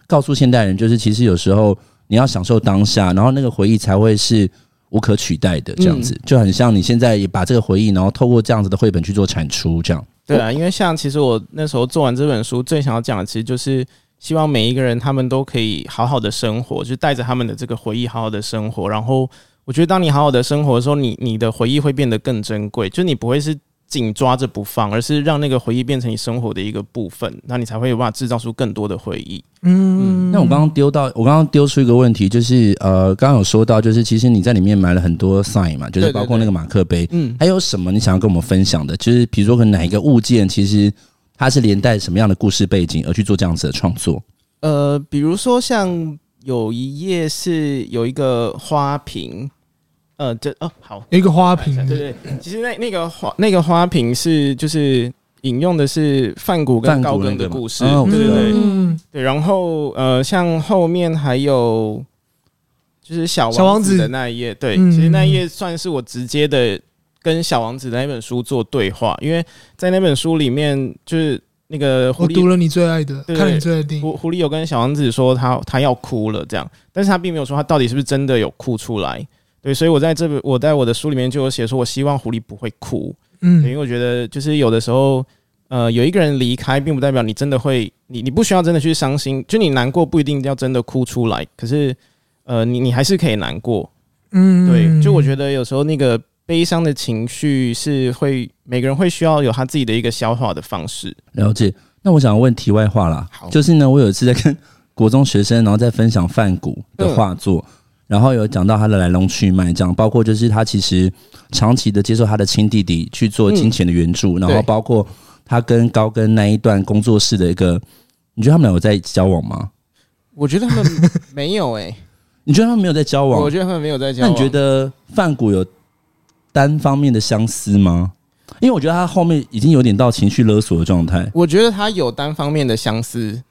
Speaker 2: 告诉现代人，就是其实有时候你要享受当下，然后那个回忆才会是。无可取代的这样子，就很像你现在也把这个回忆，然后透过这样子的绘本去做产出，这样。
Speaker 4: 对啊，因为像其实我那时候做完这本书，最想要讲的其实就是希望每一个人他们都可以好好的生活，就带着他们的这个回忆好好的生活。然后我觉得，当你好好的生活的时候，你你的回忆会变得更珍贵，就你不会是紧抓着不放，而是让那个回忆变成你生活的一个部分，那你才会有办法制造出更多的回忆。
Speaker 1: 嗯，
Speaker 2: 那我刚刚丢到，我刚刚丢出一个问题，就是呃，刚刚有说到，就是其实你在里面买了很多 sign 嘛，就是
Speaker 4: 对对
Speaker 2: 包括
Speaker 4: 对
Speaker 2: 那个马克杯，
Speaker 4: 嗯，
Speaker 2: 还有什么你想要跟我们分享的？就是比如说，可能哪一个物件其实它是连带什么样的故事背景而去做这样子的创作？
Speaker 4: 呃，比如说像有一页是有一个花瓶，呃，这哦好，
Speaker 1: 有一个花瓶，
Speaker 4: 对对，其实那那个花那个花瓶是就是引用的是范谷跟
Speaker 2: 梵谷
Speaker 4: 高更
Speaker 2: 那
Speaker 4: 的
Speaker 2: 个吗
Speaker 4: 故事，
Speaker 2: 哦我知
Speaker 4: 对对
Speaker 2: 道
Speaker 4: 对
Speaker 1: 嗯，
Speaker 4: 对。然后呃，像后面还有就是小
Speaker 1: 小王子
Speaker 4: 的那一页，对，
Speaker 1: 嗯
Speaker 4: 其实那一页算是我直接的跟小王子的那本书做对话，因为在那本书里面就是那个
Speaker 1: 我
Speaker 4: 狐狸
Speaker 1: 读了你最爱的，
Speaker 4: 对
Speaker 1: 看了你最爱的电影，
Speaker 4: 狐狐狸有跟小王子说他他要哭了这样，但是他并没有说他到底是不是真的有哭出来。对，所以我在这本我在我的书里面就有写说，我希望狐狸不会哭，对因
Speaker 1: 嗯
Speaker 4: 为我觉得就是有的时候，呃，有一个人离开，并不代表你真的会，你你不需要真的去伤心，就你难过不一定要真的哭出来，可是呃，你你还是可以难过。
Speaker 1: 嗯，
Speaker 4: 对，就我觉得有时候那个悲伤的情绪是会每个人会需要有他自己的一个消化的方式。
Speaker 2: 了解。那我想问题外话啦，
Speaker 4: 好
Speaker 2: 就是呢，我有一次在跟 国中学生，然后在分享梵谷的
Speaker 4: 嗯
Speaker 2: 画作，然后有讲到他的来龙去脉，这样包括就是他其实长期的接受他的亲弟弟去做金钱的援助，然后
Speaker 4: 嗯对
Speaker 2: 包括他跟高跟那一段工作室的一个，你觉得他们俩有在交往吗？
Speaker 4: 我觉得他 们没有哎、
Speaker 2: 你觉得他们没有在交往？
Speaker 4: 我觉得他们没有在交
Speaker 2: 那
Speaker 4: 往。
Speaker 2: 你觉得范谷有单方面的相思吗？因为我觉得他后面已经有点到情绪勒索的状态。
Speaker 4: 我觉得他有单方面的相思，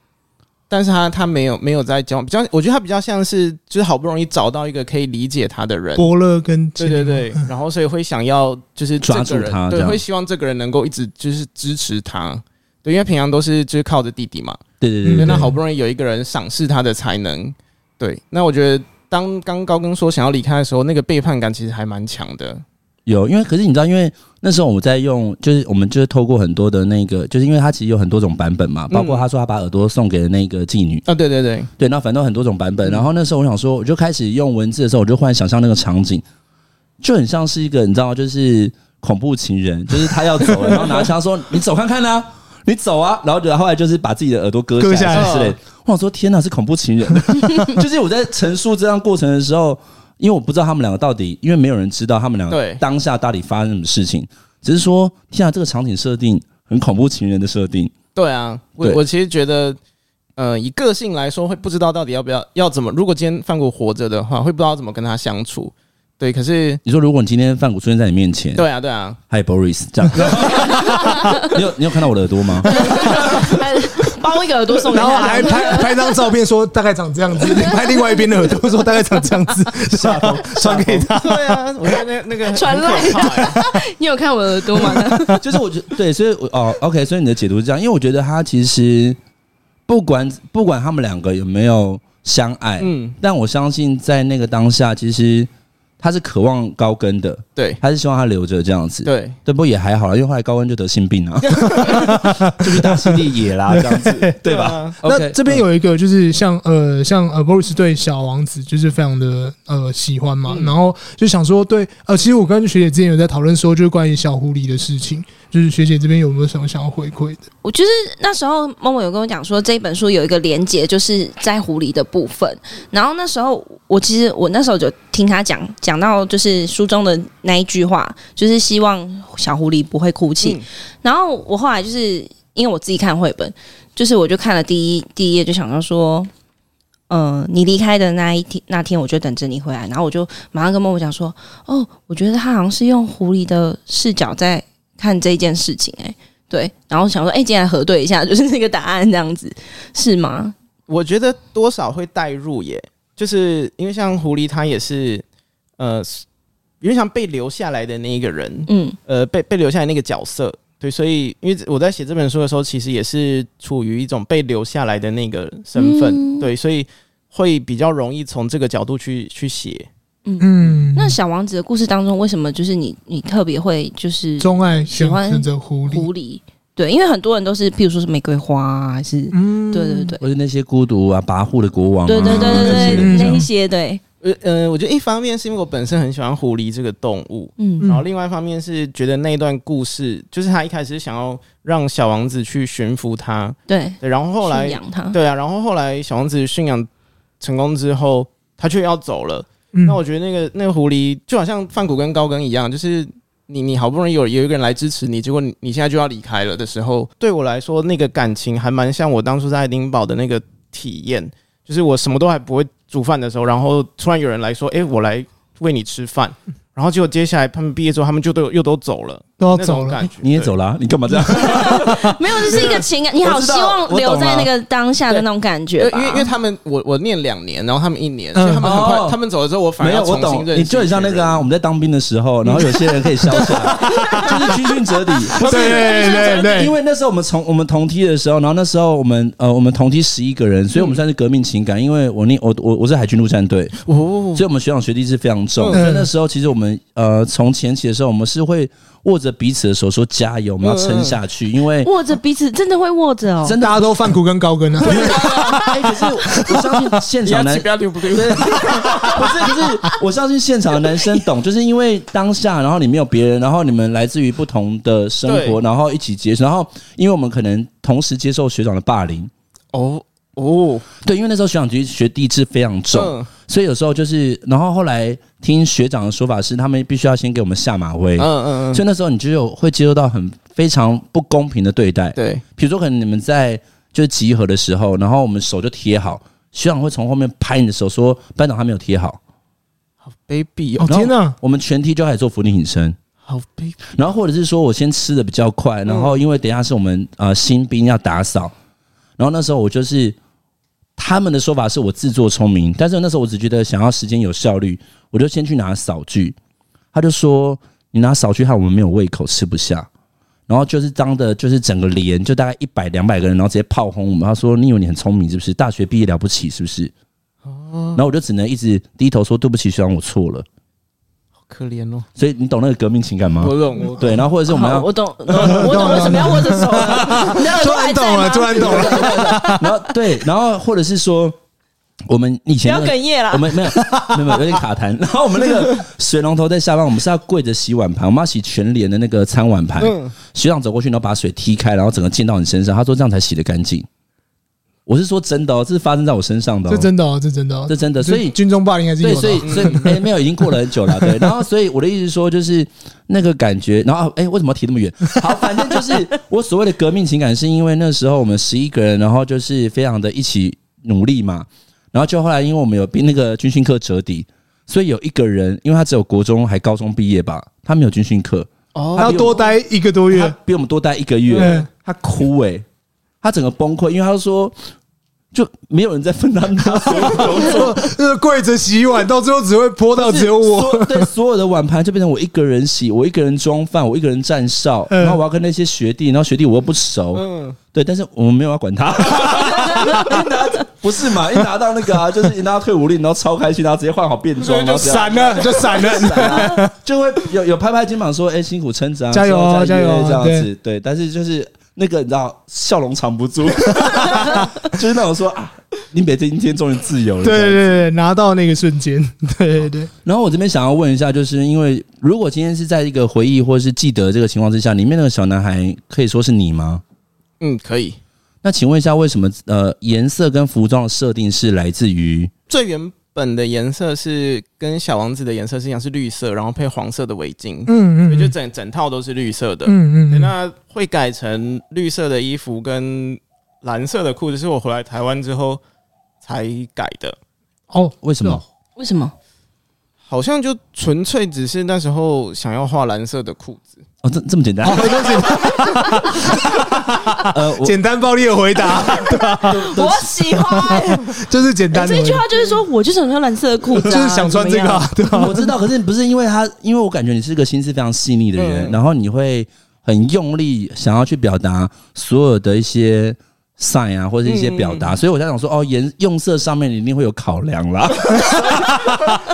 Speaker 4: 但是他他没有没有在交往，比较我觉得他比较像是就是好不容易找到一个可以理解他的人，
Speaker 1: 伯乐跟
Speaker 4: 对对对，然后所以会想要就是这个
Speaker 2: 抓住
Speaker 4: 人
Speaker 2: 他这
Speaker 4: 对，
Speaker 2: 样
Speaker 4: 会希望这个人能够一直就是支持他，对，因为平常都是就是靠着弟弟嘛，
Speaker 2: 对
Speaker 1: 嗯
Speaker 2: 对对对
Speaker 4: 对，
Speaker 2: 对，
Speaker 4: 那好不容易有一个人赏识他的才能，对，那我觉得当刚高更说想要离开的时候，那个背叛感其实还蛮强的，
Speaker 2: 有，因为可是你知道，因为那时候我在用，就是我们就是透过很多的那个，就是因为他其实有很多种版本嘛，包括他说他把耳朵送给了那个妓女，
Speaker 4: 啊，对对对，
Speaker 2: 对，那反正有很多种版本。然后那时候我想说，我就开始用文字的时候，我就忽然想象那个场景，就很像是一个你知道吗，就是恐怖情人，就是他要走了，然后拿枪说：“你走看看啊，你走啊！”然后就后来就是把自己的耳朵割
Speaker 1: 割
Speaker 2: 下
Speaker 1: 下
Speaker 2: 来
Speaker 4: 来
Speaker 2: 之类的。我想说，天哪，是恐怖情人！ 就是我在陈述这样过程的时候，因为我不知道他们两个到底，因为没有人知道他们两个
Speaker 4: 对
Speaker 2: 当下到底发生什么事情，只是说，啊天哪，这个场景设定很恐怖情人的设定。
Speaker 4: 对啊，我
Speaker 2: 对
Speaker 4: 我其实觉得呃，以个性来说，会不知道到底要不要要怎么。如果今天范谷活着的话，会不知道怎么跟他相处。对，可是
Speaker 2: 你说如果你今天范谷出现在你面前，
Speaker 4: 对啊，对啊，
Speaker 2: 嗨 Boris 这样，你有你有看到我的耳朵吗？
Speaker 3: 包一个耳朵送给
Speaker 1: 然后
Speaker 3: 他
Speaker 1: 还。 拍拍张照片，说大概长这样子，拍另外一边的耳朵，说大概长这样子， 下头 传给他。
Speaker 4: 对啊，我觉得那那个很
Speaker 3: 传来
Speaker 4: 很可怕欸
Speaker 3: 你有看我的耳朵 吗？
Speaker 2: 就是我觉得对，所以我哦，OK，所以你的解读是这样，因为我觉得他其实不管不管他们两个有没有相爱，
Speaker 4: 嗯，
Speaker 2: 但我相信在那个当下，其实他是渴望高跟的，
Speaker 4: 对
Speaker 2: 他是希望他留着这样子。
Speaker 4: 对，
Speaker 2: 对，不过也还好啦，因为后来高温就得性病啊，就是大溪地野啦，这样子，对吧
Speaker 4: 啊？
Speaker 1: 那
Speaker 2: OK，
Speaker 1: 这边有一个就是像呃像呃 Boris 对小王子就是非常的呃喜欢嘛，
Speaker 4: 嗯
Speaker 1: 然后就想说对呃，其实我跟学姐之前有在讨论说就是关于小狐狸的事情，就是学姐这边有没有什么想要回馈的？
Speaker 3: 我就是那时候默默有跟我讲说，这一本书有一个连接，就是在狐狸的部分。然后那时候我其实我那时候就听他讲讲到就是书中的那一句话，就是希望小狐狸不会哭泣。
Speaker 4: 嗯
Speaker 3: 然后我后来就是因为我自己看绘本，就是我就看了第一第一页，就想到说。呃，你离开的那一天，那天我就等着你回来，然后我就马上跟默默讲说，哦，我觉得他好像是用狐狸的视角在看这件事情、欸，哎，对，然后想说，哎、进来核对一下，就是那个答案这样子，是吗？
Speaker 4: 我觉得多少会带入耶，就是因为像狐狸，它也是呃，因为像被留下来的那一个人，
Speaker 3: 嗯
Speaker 4: 呃，被被留下来那个角色，对，所以因为我在写这本书的时候，其实也是处于一种被留下来的那个身份，
Speaker 3: 嗯
Speaker 4: 对，所以会比较容易从这个角度去去写。
Speaker 1: 嗯，
Speaker 3: 那小王子的故事当中，为什么就是你你特别会就是
Speaker 1: 钟爱选
Speaker 3: 喜欢
Speaker 1: 选择狐狸，
Speaker 3: 狐狸？对，因为很多人都是，譬如说是玫瑰花、啊，还是、
Speaker 1: 嗯
Speaker 3: 对对对
Speaker 2: 或是那些孤独啊、跋扈的国
Speaker 1: 哦
Speaker 2: 王、啊，
Speaker 3: 对对对对
Speaker 2: 这
Speaker 3: 对，
Speaker 2: 些
Speaker 3: 那一些对，
Speaker 4: 呃呃，我觉得一方面是因为我本身很喜欢狐狸这个动物，
Speaker 3: 嗯
Speaker 1: 嗯
Speaker 4: 然后另外一方面是觉得那一段故事，就是他一开始想要让小王子去驯服它，
Speaker 3: 对，
Speaker 4: 对，然后后来
Speaker 3: 驯养它，
Speaker 4: 对啊，然后后来小王子驯养成功之后，他却要走了。
Speaker 1: 嗯
Speaker 4: 那我觉得那个那个狐狸就好像范谷跟高更一样，就是你你好不容易有有一个人来支持你，结果你你现在就要离开了的时候，对我来说那个感情还蛮像我当初在爱丁堡的那个体验，就是我什么都还不会煮饭的时候，然后突然有人来说：“诶，我来喂你吃饭。”然后结果接下来他们毕业之后，他们就都又都走了，
Speaker 1: 都要
Speaker 4: 那
Speaker 1: 走
Speaker 4: 种
Speaker 1: 了，
Speaker 4: 感觉
Speaker 2: 你也
Speaker 4: 对
Speaker 2: 哦走了啊、你干嘛这样？
Speaker 3: 没有，这是一
Speaker 4: 啊
Speaker 3: 个情感，你好
Speaker 2: 我知
Speaker 3: 希
Speaker 2: 道
Speaker 3: 望
Speaker 2: 我
Speaker 3: 留
Speaker 2: 懂
Speaker 3: 在
Speaker 2: 了
Speaker 3: 那个当下的
Speaker 4: 对
Speaker 3: 那种感
Speaker 4: 因
Speaker 3: 觉
Speaker 4: 为
Speaker 3: 吧。
Speaker 4: 因为因为他们我我念两年，然后他们一年，所以他们很快，
Speaker 2: 哦
Speaker 4: 他们走了之后，我反而
Speaker 2: 没
Speaker 4: 要
Speaker 2: 有，我
Speaker 4: 重新
Speaker 2: 懂
Speaker 4: 认识。，
Speaker 2: 你就很像那个啊，我们在当兵的时候，然后有些人可以消下来， 就是军训折抵，不
Speaker 1: 对
Speaker 2: 是
Speaker 1: 对对
Speaker 2: 因
Speaker 1: 对，
Speaker 2: 为那时候我们从我们同梯的时候，然后那时候我们呃我们同梯十一个人，所以我们算是革命情感。因为我那我我我是海军陆战队，
Speaker 4: 哦
Speaker 2: 所以我们学长学弟是非常重。
Speaker 1: 嗯
Speaker 2: 所以那时候其实我们呃从前期的时候，我们是会握着彼此的手说加油，我们要撑下去，因为。
Speaker 3: 握着彼此，真的会握着哦。
Speaker 2: 真
Speaker 1: 嗯
Speaker 2: 的
Speaker 1: 大家都犯苦跟高跟啊，
Speaker 2: 哎，可是我相信现
Speaker 4: 你
Speaker 2: 场
Speaker 4: 要
Speaker 2: 男
Speaker 4: 不要丢不对？
Speaker 2: 对，不是，可是我相信现场的男生 懂，就是因为当下，然后你没有别人，然后你们来自于不同的生活，
Speaker 4: 对
Speaker 2: 然后一起接受，然后因为我们可能同时接受学长的霸凌，
Speaker 4: 哦哦，
Speaker 2: 对，因为那时候学长其实学地质非常重，
Speaker 4: 嗯
Speaker 2: 所以有时候就是，然后后来听学长的说法是，他们必须要先给我们下马威，
Speaker 4: 嗯嗯
Speaker 2: 所
Speaker 4: 嗯，
Speaker 2: 以那时候你就有会接受到很非常不公平的对待，
Speaker 4: 对，
Speaker 2: 比如说可能你们在就是集合的时候，然后我们手就贴好，学长会从后面拍你的手说班长他没有贴好。
Speaker 4: 好卑鄙
Speaker 1: 哦
Speaker 4: 哦，
Speaker 1: 天哪，
Speaker 2: 我们全梯就开始做伏地挺身，
Speaker 4: 好卑鄙，
Speaker 2: 然后或者是说我先吃的比较快，然后因为等一下是我们呃新兵要打扫，然后那时候我就是他们的说法是我自作聪明，但是那时候我只觉得想要时间有效率，我就先去拿扫具，他就说你拿扫具害我们没有胃口吃不下。然后就是当的，就是整个连就大概一百两百个人，然后直接炮轰我们。他说：“你以为你很聪明是不是？大学毕业了不起是不是？”然后我就只能一直低头说：“对不起，学长，我错了。
Speaker 4: 好可怜哦，”
Speaker 2: 所以你懂那个革命情感吗？
Speaker 4: 我懂，我懂，
Speaker 2: 对，然后或者是我们
Speaker 3: 好
Speaker 2: 要
Speaker 3: 我懂， 我懂我懂为什么要握着手 了。你的耳
Speaker 1: 突
Speaker 3: 朵
Speaker 1: 然
Speaker 3: 还
Speaker 1: 懂
Speaker 3: 在吗
Speaker 1: 了，？突然懂了，
Speaker 2: 然后对，然后或者是说，我们以
Speaker 3: 不
Speaker 2: 前、
Speaker 3: 要
Speaker 2: 那
Speaker 3: 哽
Speaker 2: 个、
Speaker 3: 咽
Speaker 2: 我
Speaker 3: 了。
Speaker 2: 们没有没有没有有点卡痰。然后我们那个水龙头在下方，我们是要跪着洗碗盘，我们要洗全脸的那个餐碗盘。
Speaker 4: 嗯，
Speaker 2: 学长走过去，然后把水踢开，然后整个溅到你身上。他说这样才洗得干净。我是说真的哦，这是发生在我身上的、哦，
Speaker 1: 这真的哦，这真的哦，
Speaker 2: 这真的，所以
Speaker 1: 这军中霸凌还是有的哦。
Speaker 2: 对，所以所以哎、没有，已经过了很久了。对，然后所以我的意思是说，就是那个感觉，然后哎、为什么要提那么远？ 好，反正就是我所谓的革命情感，是因为那时候我们十一个人，然后就是非常的一起努力嘛。然后就后来，因为我们有被那个军训课折抵，所以有一个人，因为他只有国中还高中毕业吧，他没有军训课，
Speaker 1: 他要多待一个多
Speaker 2: 他
Speaker 1: 月，
Speaker 2: 比我们多待一个月，
Speaker 1: 嗯
Speaker 2: 他哭哎、他整个崩溃，因为他说就没有人在分担他所有的工作。
Speaker 1: 就是 跪着洗碗，到最后只会泼到只有我。
Speaker 2: 所对所有的碗盘就变成我一个人洗，我一个人装饭，我一个人站哨，
Speaker 1: 嗯
Speaker 2: 然后我要跟那些学弟，然后学弟我又不熟，
Speaker 4: 嗯，
Speaker 2: 对，但是我们没有要管他， 一拿不是嘛？一拿到那个啊，就是一拿到退伍令，然后超开心，然后直接换好便装，然
Speaker 1: 就
Speaker 2: 后这样
Speaker 1: 闪了，就闪 了。
Speaker 2: 就会有有拍拍肩膀说：“哎，辛苦撑着啊，
Speaker 1: 加油哦
Speaker 2: 加
Speaker 1: 加油哦
Speaker 2: 这样子。”对，但是就是那个你知道，笑容藏不 住，就是那种说啊，你北京今天终于自由了，
Speaker 1: 对对对，对拿到那个瞬间， 对对对，
Speaker 2: 然后我这边想要问一下，就是因为如果今天是在一个回忆或是记得这个情况之下，里面那个小男孩可以说是你吗？
Speaker 4: 嗯，可以。
Speaker 2: 那请问一下，为什么呃颜色跟服装的设定是来自于
Speaker 4: 最原本的颜色是跟小王子的颜色是一样，是绿色，然后配黄色的围巾，
Speaker 1: 嗯
Speaker 4: 所以
Speaker 1: 嗯，
Speaker 4: 就整整套都是绿色的。
Speaker 1: 嗯
Speaker 4: 对
Speaker 1: 嗯，
Speaker 4: 那会改成绿色的衣服跟蓝色的裤子，是我回来台湾之后才改的。
Speaker 1: 哦，
Speaker 2: 为什么
Speaker 1: 是？
Speaker 3: 为什 么？
Speaker 4: 好像就纯粹只是那时候想要画蓝色的裤子，
Speaker 2: 哦，这这么简单？
Speaker 1: 好，都简
Speaker 2: 呃，我
Speaker 1: 简单暴力的回答，
Speaker 3: 我喜欢、
Speaker 1: 就是简单的
Speaker 3: 这
Speaker 1: 回
Speaker 3: 句
Speaker 1: 答，
Speaker 3: 话，就是说我就想穿蓝色的裤子、
Speaker 1: 就
Speaker 3: 啊，
Speaker 1: 是想穿这
Speaker 3: 怎
Speaker 1: 个
Speaker 3: 么样
Speaker 1: 啊，对吧？
Speaker 2: 呃 我知道，可是不是因为他，因为我感觉你是个心思非常细腻的人，
Speaker 4: 嗯
Speaker 2: 然后你会很用力想要去表达所有的一些 sign 啊，或者一些表
Speaker 4: 嗯
Speaker 2: 达，所以我在想说，哦，颜用色上面你一定会有考量 啦。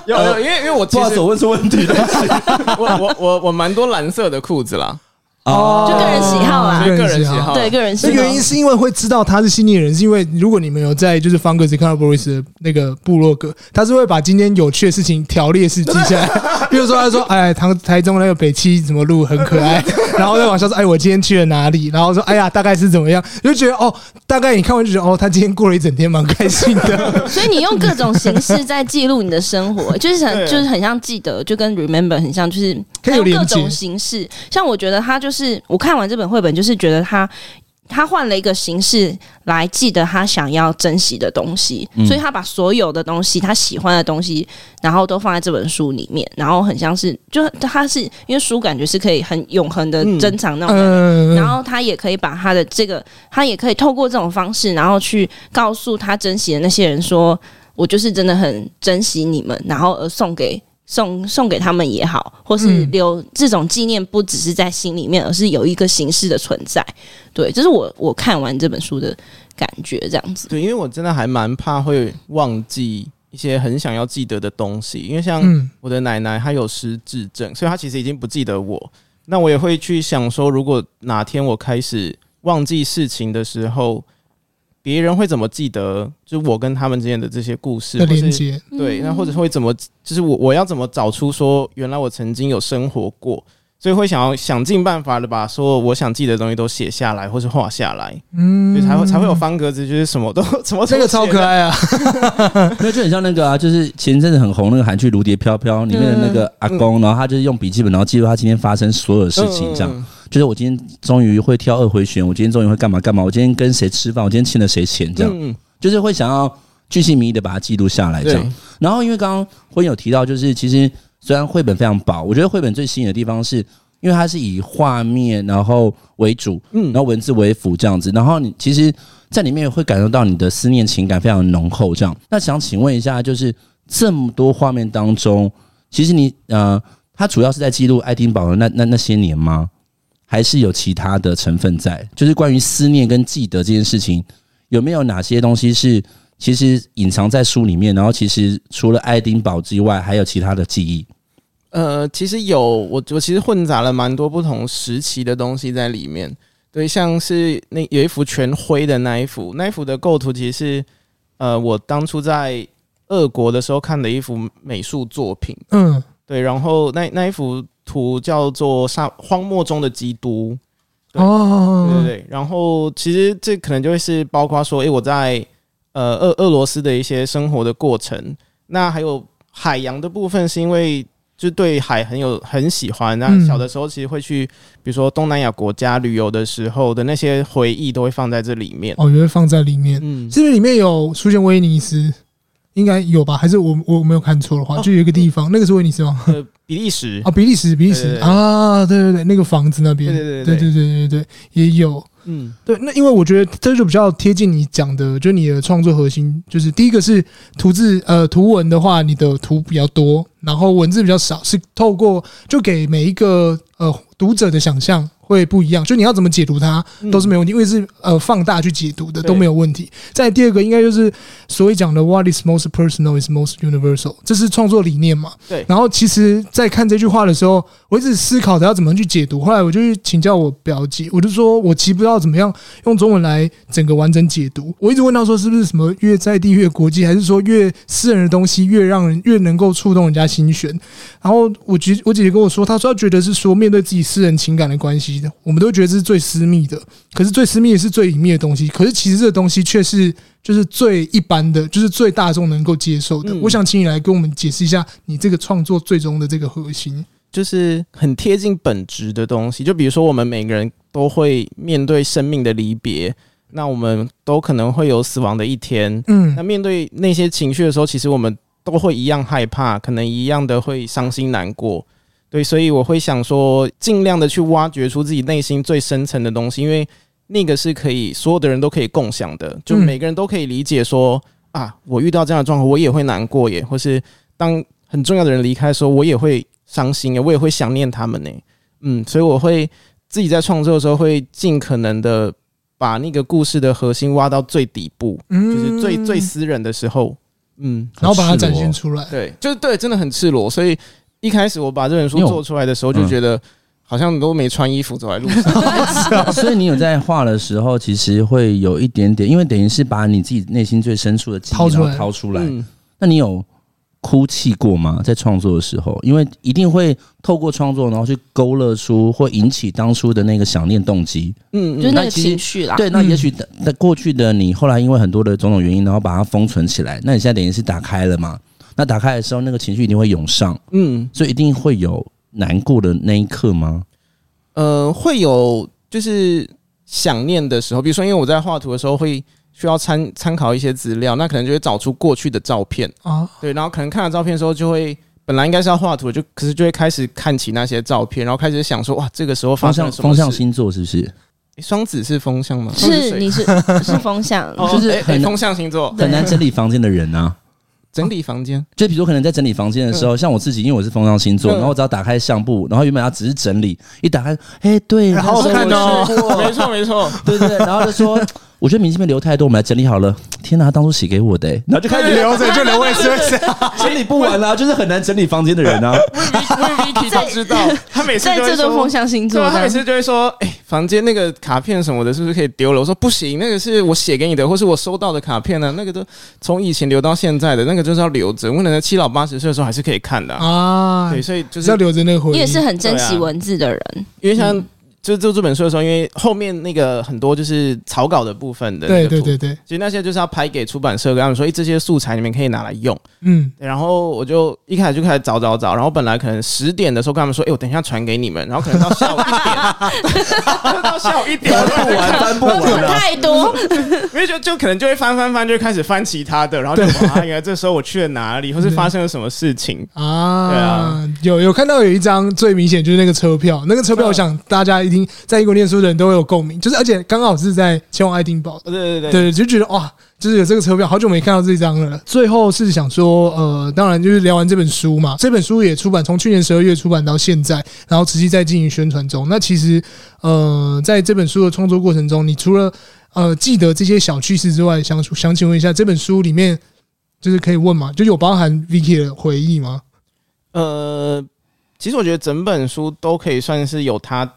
Speaker 4: 有有，因为因为我
Speaker 2: 不
Speaker 4: 其
Speaker 2: 好意
Speaker 4: 实
Speaker 2: 思，我问出问题了。
Speaker 4: 我我我我蛮多蓝色的裤子啦，
Speaker 2: 哦
Speaker 3: 就个人喜好啊啦
Speaker 4: 所
Speaker 1: 啊
Speaker 4: 以个人喜好。啊
Speaker 3: 对，个人喜
Speaker 1: 那
Speaker 3: 欢。
Speaker 1: 原因是因为会知道他是悉尼人，是因为如果你们有在就是方格子看到 Boris 的那个部落格，他是会把今天有趣的事情条列式记下来。比如说，他说：“哎，台台中那个北七怎么路很可爱。”然后再往下说：“哎，我今天去了哪里？”然后说：“哎呀，大概是怎么样？”就觉得哦，大概你看完就觉得哦，他今天过了一整天蛮开心的。
Speaker 3: 所以你用各种形式在记录你的生活，就是想，
Speaker 4: 对
Speaker 3: 就是很像记得，就跟 remember 很像，就是
Speaker 1: 可
Speaker 3: 它
Speaker 1: 以有
Speaker 3: 用
Speaker 1: 连
Speaker 3: 各种
Speaker 1: 接
Speaker 3: 形式。像我觉得他就是，我看完这本绘本，就是觉得他他换了一个形式来记得他想要珍惜的东西，
Speaker 1: 嗯
Speaker 3: 所以他把所有的东西，他喜欢的东西，然后都放在这本书里面，然后很像是，就他是因为书感觉是可以很永恒的
Speaker 4: 嗯
Speaker 3: 珍藏那种感觉
Speaker 1: 嗯，
Speaker 3: 然后他也可以把他的这个，他也可以透过这种方式，然后去告诉他珍惜的那些人说，我就是真的很珍惜你们，然后而送给送送给他们也好，或是
Speaker 1: 嗯
Speaker 3: 留、这种纪念，不只是在心里面，而是有一个形式的存在。对，这是我我看完这本书的感觉，这样子。
Speaker 4: 对，因为我真的还蛮怕会忘记一些很想要记得的东西，因为像
Speaker 1: 嗯
Speaker 4: 我的奶奶她有失智症，所以她其实已经不记得我。那我也会去想说，如果哪天我开始忘记事情的时候，别人会怎么记得？就是我跟他们之间的这些故事，
Speaker 1: 的
Speaker 4: 或
Speaker 1: 连
Speaker 4: 是
Speaker 1: 接，
Speaker 4: 对，那或者会怎么？就是我我要怎么找出说，原来我曾经有生活过，所以会想要想尽办法的把所有我想记得的东西都写下来，或是画下来。
Speaker 1: 嗯
Speaker 4: 所以才会才会有方格子，就是什么都 什么都
Speaker 1: 这个超可
Speaker 4: 写的。
Speaker 1: 爱啊！
Speaker 2: 没有，就很像那个啊，就是前阵子很红那个韩剧《如蝶飘飘》里面的
Speaker 4: 嗯
Speaker 2: 那个阿公，然后他就是用笔记本，然后记录他今天发生所有的事情，这样。
Speaker 4: 嗯
Speaker 2: 就是我今天终于会跳二回旋，我今天终于会干嘛干嘛，我今天跟谁吃饭，我今天欠了谁钱，这样，
Speaker 4: 嗯
Speaker 2: 就是会想要巨细靡遗的把它记录下来，这
Speaker 4: 对
Speaker 2: 样。然后因为刚刚婚有提到，就是其实虽然绘本非常薄，我觉得绘本最吸引的地方是。因为它是以画面然后为主，
Speaker 4: 嗯
Speaker 2: 然后文字为辅这样子，然后你其实，在里面会感受到你的思念情感非常浓厚这样。那想请问一下，就是这么多画面当中，其实你呃，它主要是在记录爱丁堡的那那那些年吗？还是有其他的成分在？就是关于思念跟记得这件事情，有没有哪些东西是其实隐藏在书里面，然后其实除了爱丁堡之外，还有其他的记忆？
Speaker 4: 呃，其实有我我其实混杂了蛮多不同时期的东西在里面。对，像是那有一幅全灰的那一幅，那一幅的构图其实是呃我当初在俄国的时候看的一幅美术作品。
Speaker 1: 嗯，
Speaker 4: 对，然后那那一幅图叫做《沙荒漠中的基督》，对
Speaker 1: 哦，
Speaker 4: 对对对，然后其实这可能就会是包括说，诶，我在呃俄俄罗斯的一些生活的过程，那还有海洋的部分，是因为就对海很有很喜欢。那
Speaker 1: 嗯
Speaker 4: 小的时候其实会去，比如说东南亚国家旅游的时候的那些回忆，都会放在这里面。
Speaker 1: 哦，原来放在里面，
Speaker 4: 嗯，
Speaker 1: 是不是里面有出现威尼斯？应该有吧？还是我我没有看错的话，
Speaker 4: 哦
Speaker 1: 就有一个地方，那个是威尼斯吗？
Speaker 4: 呃，比利时
Speaker 1: 啊，，比利时，比利时
Speaker 4: 对对对
Speaker 1: 啊，对对对，那个房子那边，
Speaker 4: 对对
Speaker 1: 对
Speaker 4: 对
Speaker 1: 对
Speaker 4: 对
Speaker 1: 对对对，也有。
Speaker 4: 嗯，
Speaker 1: 对，那因为我觉得这就比较贴近你讲的，就你的创作核心，就是第一个是图字，呃，图文的话，你的图比较多，然后文字比较少，是透过就给每一个呃读者的想象会不一样，就你要怎么解读它都是没问题，因为是呃放大去解读的
Speaker 4: 对
Speaker 1: 都没有问题。再第二个应该就是所谓讲的 “What is most personal is most universal”，这是创作理念嘛？
Speaker 4: 对
Speaker 1: 然后其实，在看这句话的时候，我一直思考着要怎么去解读，后来我就去请教我表姐，我就说我其实不知道怎么样用中文来整个完整解读。我一直问她说，是不是什么越在地越国际，还是说越私人的东西越让人越能够触动人家心弦？然后我姐我姐姐跟我说，她说她觉得是说面对自己私人情感的关系的，我们都觉得这是最私密的，可是最私密的是最隐秘的东西，可是其实这个东西却是就是最一般的，就是最大众能够接受的。
Speaker 4: 嗯
Speaker 1: 我想请你来跟我们解释一下你这个创作最终的这个核心。
Speaker 4: 就是很贴近本质的东西。就比如说，我们每个人都会面对生命的离别，那我们都可能会有死亡的一天。
Speaker 1: 嗯
Speaker 4: 那面对那些情绪的时候，其实我们都会一样害怕，可能一样的会伤心难过。对，所以我会想说，尽量的去挖掘出自己内心最深层的东西，因为那个是可以所有的人都可以共享的，就
Speaker 1: 嗯
Speaker 4: 每个人都可以理解说、啊，我遇到这样的状况，我也会难过耶，或是当很重要的人离开的时候，我也会伤心耶，我也会想念他们呢。嗯，所以我会自己在创作的时候，会尽可能的把那个故事的核心挖到最底部，
Speaker 1: 嗯
Speaker 4: 就是最最私人的时候，嗯，
Speaker 1: 然后把它
Speaker 2: 很赤
Speaker 1: 展
Speaker 2: 裸
Speaker 1: 现出来。
Speaker 4: 对，就是对，真的很赤裸。所以一开始我把这本书
Speaker 2: 因为我
Speaker 4: 做出来的时候，就
Speaker 2: 嗯
Speaker 4: 觉得好像都没穿衣服走在路上。
Speaker 2: 所以你有在画的时候，其实会有一点点，因为等于是把你自己内心最深处的记
Speaker 1: 掏
Speaker 2: 忆
Speaker 1: 出
Speaker 2: 然
Speaker 1: 来
Speaker 2: 后掏 出来。
Speaker 4: 嗯，
Speaker 2: 那你有哭泣过吗？在创作的时候，因为一定会透过创作，然后去勾勒出或引起当初的那个想念动机。
Speaker 4: 嗯，
Speaker 3: 就是那
Speaker 2: 那
Speaker 3: 个
Speaker 2: 其实
Speaker 3: 情绪啦。嗯
Speaker 2: 对，
Speaker 1: 嗯
Speaker 2: 那也许的的过去的你，后来因为很多的种种原因，然后把它封存起来。那你现在等于是打开了嘛？那打开的时候，那个情绪一定会涌上，
Speaker 4: 嗯
Speaker 2: 所以一定会有难过的那一刻吗？
Speaker 4: 呃，会有就是想念的时候，比如说，因为我在画图的时候会需要参参考一些资料，那可能就会找出过去的照片，
Speaker 1: 啊，
Speaker 4: 对，然后可能看了照片之后就会。本来应该是要画图，就可是就会开始看起那些照片，然后开始想说，哇，这个时候发
Speaker 2: 风
Speaker 4: 生
Speaker 2: 象
Speaker 4: 了什么
Speaker 2: 风
Speaker 4: 事？
Speaker 2: 象星座是不是
Speaker 4: 诶双子是风象吗？双子
Speaker 3: 是
Speaker 4: 水
Speaker 3: 你是是风哎向，
Speaker 4: 哦
Speaker 2: 就是
Speaker 4: 诶
Speaker 2: 很
Speaker 4: 诶风象星座，
Speaker 2: 很难整理房间的人啊？
Speaker 4: 整理房间，
Speaker 2: 就比如说可能在整理房间的时候，像我自己，因为我是风象星座，
Speaker 4: 嗯
Speaker 2: 然后我只要打开相簿，然后原本要只是整理，一打开，哎，对，
Speaker 1: 好好
Speaker 2: 那时候
Speaker 1: 看哦
Speaker 2: 我试过
Speaker 4: 没错没错，
Speaker 2: 对对，对然后就说，我觉得明信片留太多，我们来整理好了。天哪，他当初写给我的、
Speaker 4: 啊
Speaker 2: 欸，然后就开始
Speaker 1: 留着就留位置，
Speaker 2: 整理不完啦、就是很难整理房间的人啊。
Speaker 4: Vicky Vicky 都知道，他每次
Speaker 3: 在
Speaker 4: 就
Speaker 3: 这
Speaker 4: 会
Speaker 3: 都风
Speaker 4: 说，
Speaker 3: 向星座
Speaker 4: 对啊，他每
Speaker 3: 的，
Speaker 4: 次就会说，哎、房间那个卡片什么的，是不是可以丢了？我说不行，那个是我写给你的，或是我收到的卡片呢、那个都从以前留到现在的，那个就是要留着，我可能七老八十岁的时候还是可以看的啊、
Speaker 1: 啊
Speaker 4: 对，，所以就是
Speaker 1: 是要留着那个回忆。
Speaker 3: 你也是很珍惜
Speaker 4: 对啊
Speaker 3: 文字的人，
Speaker 4: 因为像就做这本书的时候，因为后面那个很多就是草稿的部分的，
Speaker 1: 对对，对对，
Speaker 4: 其实那些就是要拍给出版社，跟他们说，哎、这些素材你们可以拿来用。
Speaker 1: 嗯，
Speaker 4: 然后我就一开始就开始找找找，然后本来可能十点的时候跟他们说，哎、我等一下传给你们，然后可能到下午一点，就到下午一点
Speaker 2: 翻不完，翻不 完啊！
Speaker 3: 太多，
Speaker 4: 因为就就可能就会翻翻翻，就会开始翻其他的，然后就哇，原来这时候我去了哪里，或是发生了什么事情。
Speaker 1: 啊，
Speaker 4: 对啊，
Speaker 1: 有有看到有一张最明显就是那个车票，那个车票，
Speaker 4: 嗯
Speaker 1: 我想大家一定在英国念书的人都会有共鸣，就是而且刚好是在前往爱丁堡，
Speaker 4: 对对对对，
Speaker 1: 对，就觉得哇，就是有这个车票，好久没看到这张了。最后是想说，呃，当然就是聊完这本书嘛，这本书也出版，从去年十二月出版到现在，然后持续在进行宣传中。那其实，呃，在这本书的创作过程中，你除了呃记得这些小趣事之外，想想请问一下，这本书里面就是可以问嘛，就有包含 Vicky 的回忆吗？
Speaker 4: 呃，其实我觉得整本书都可以算是有他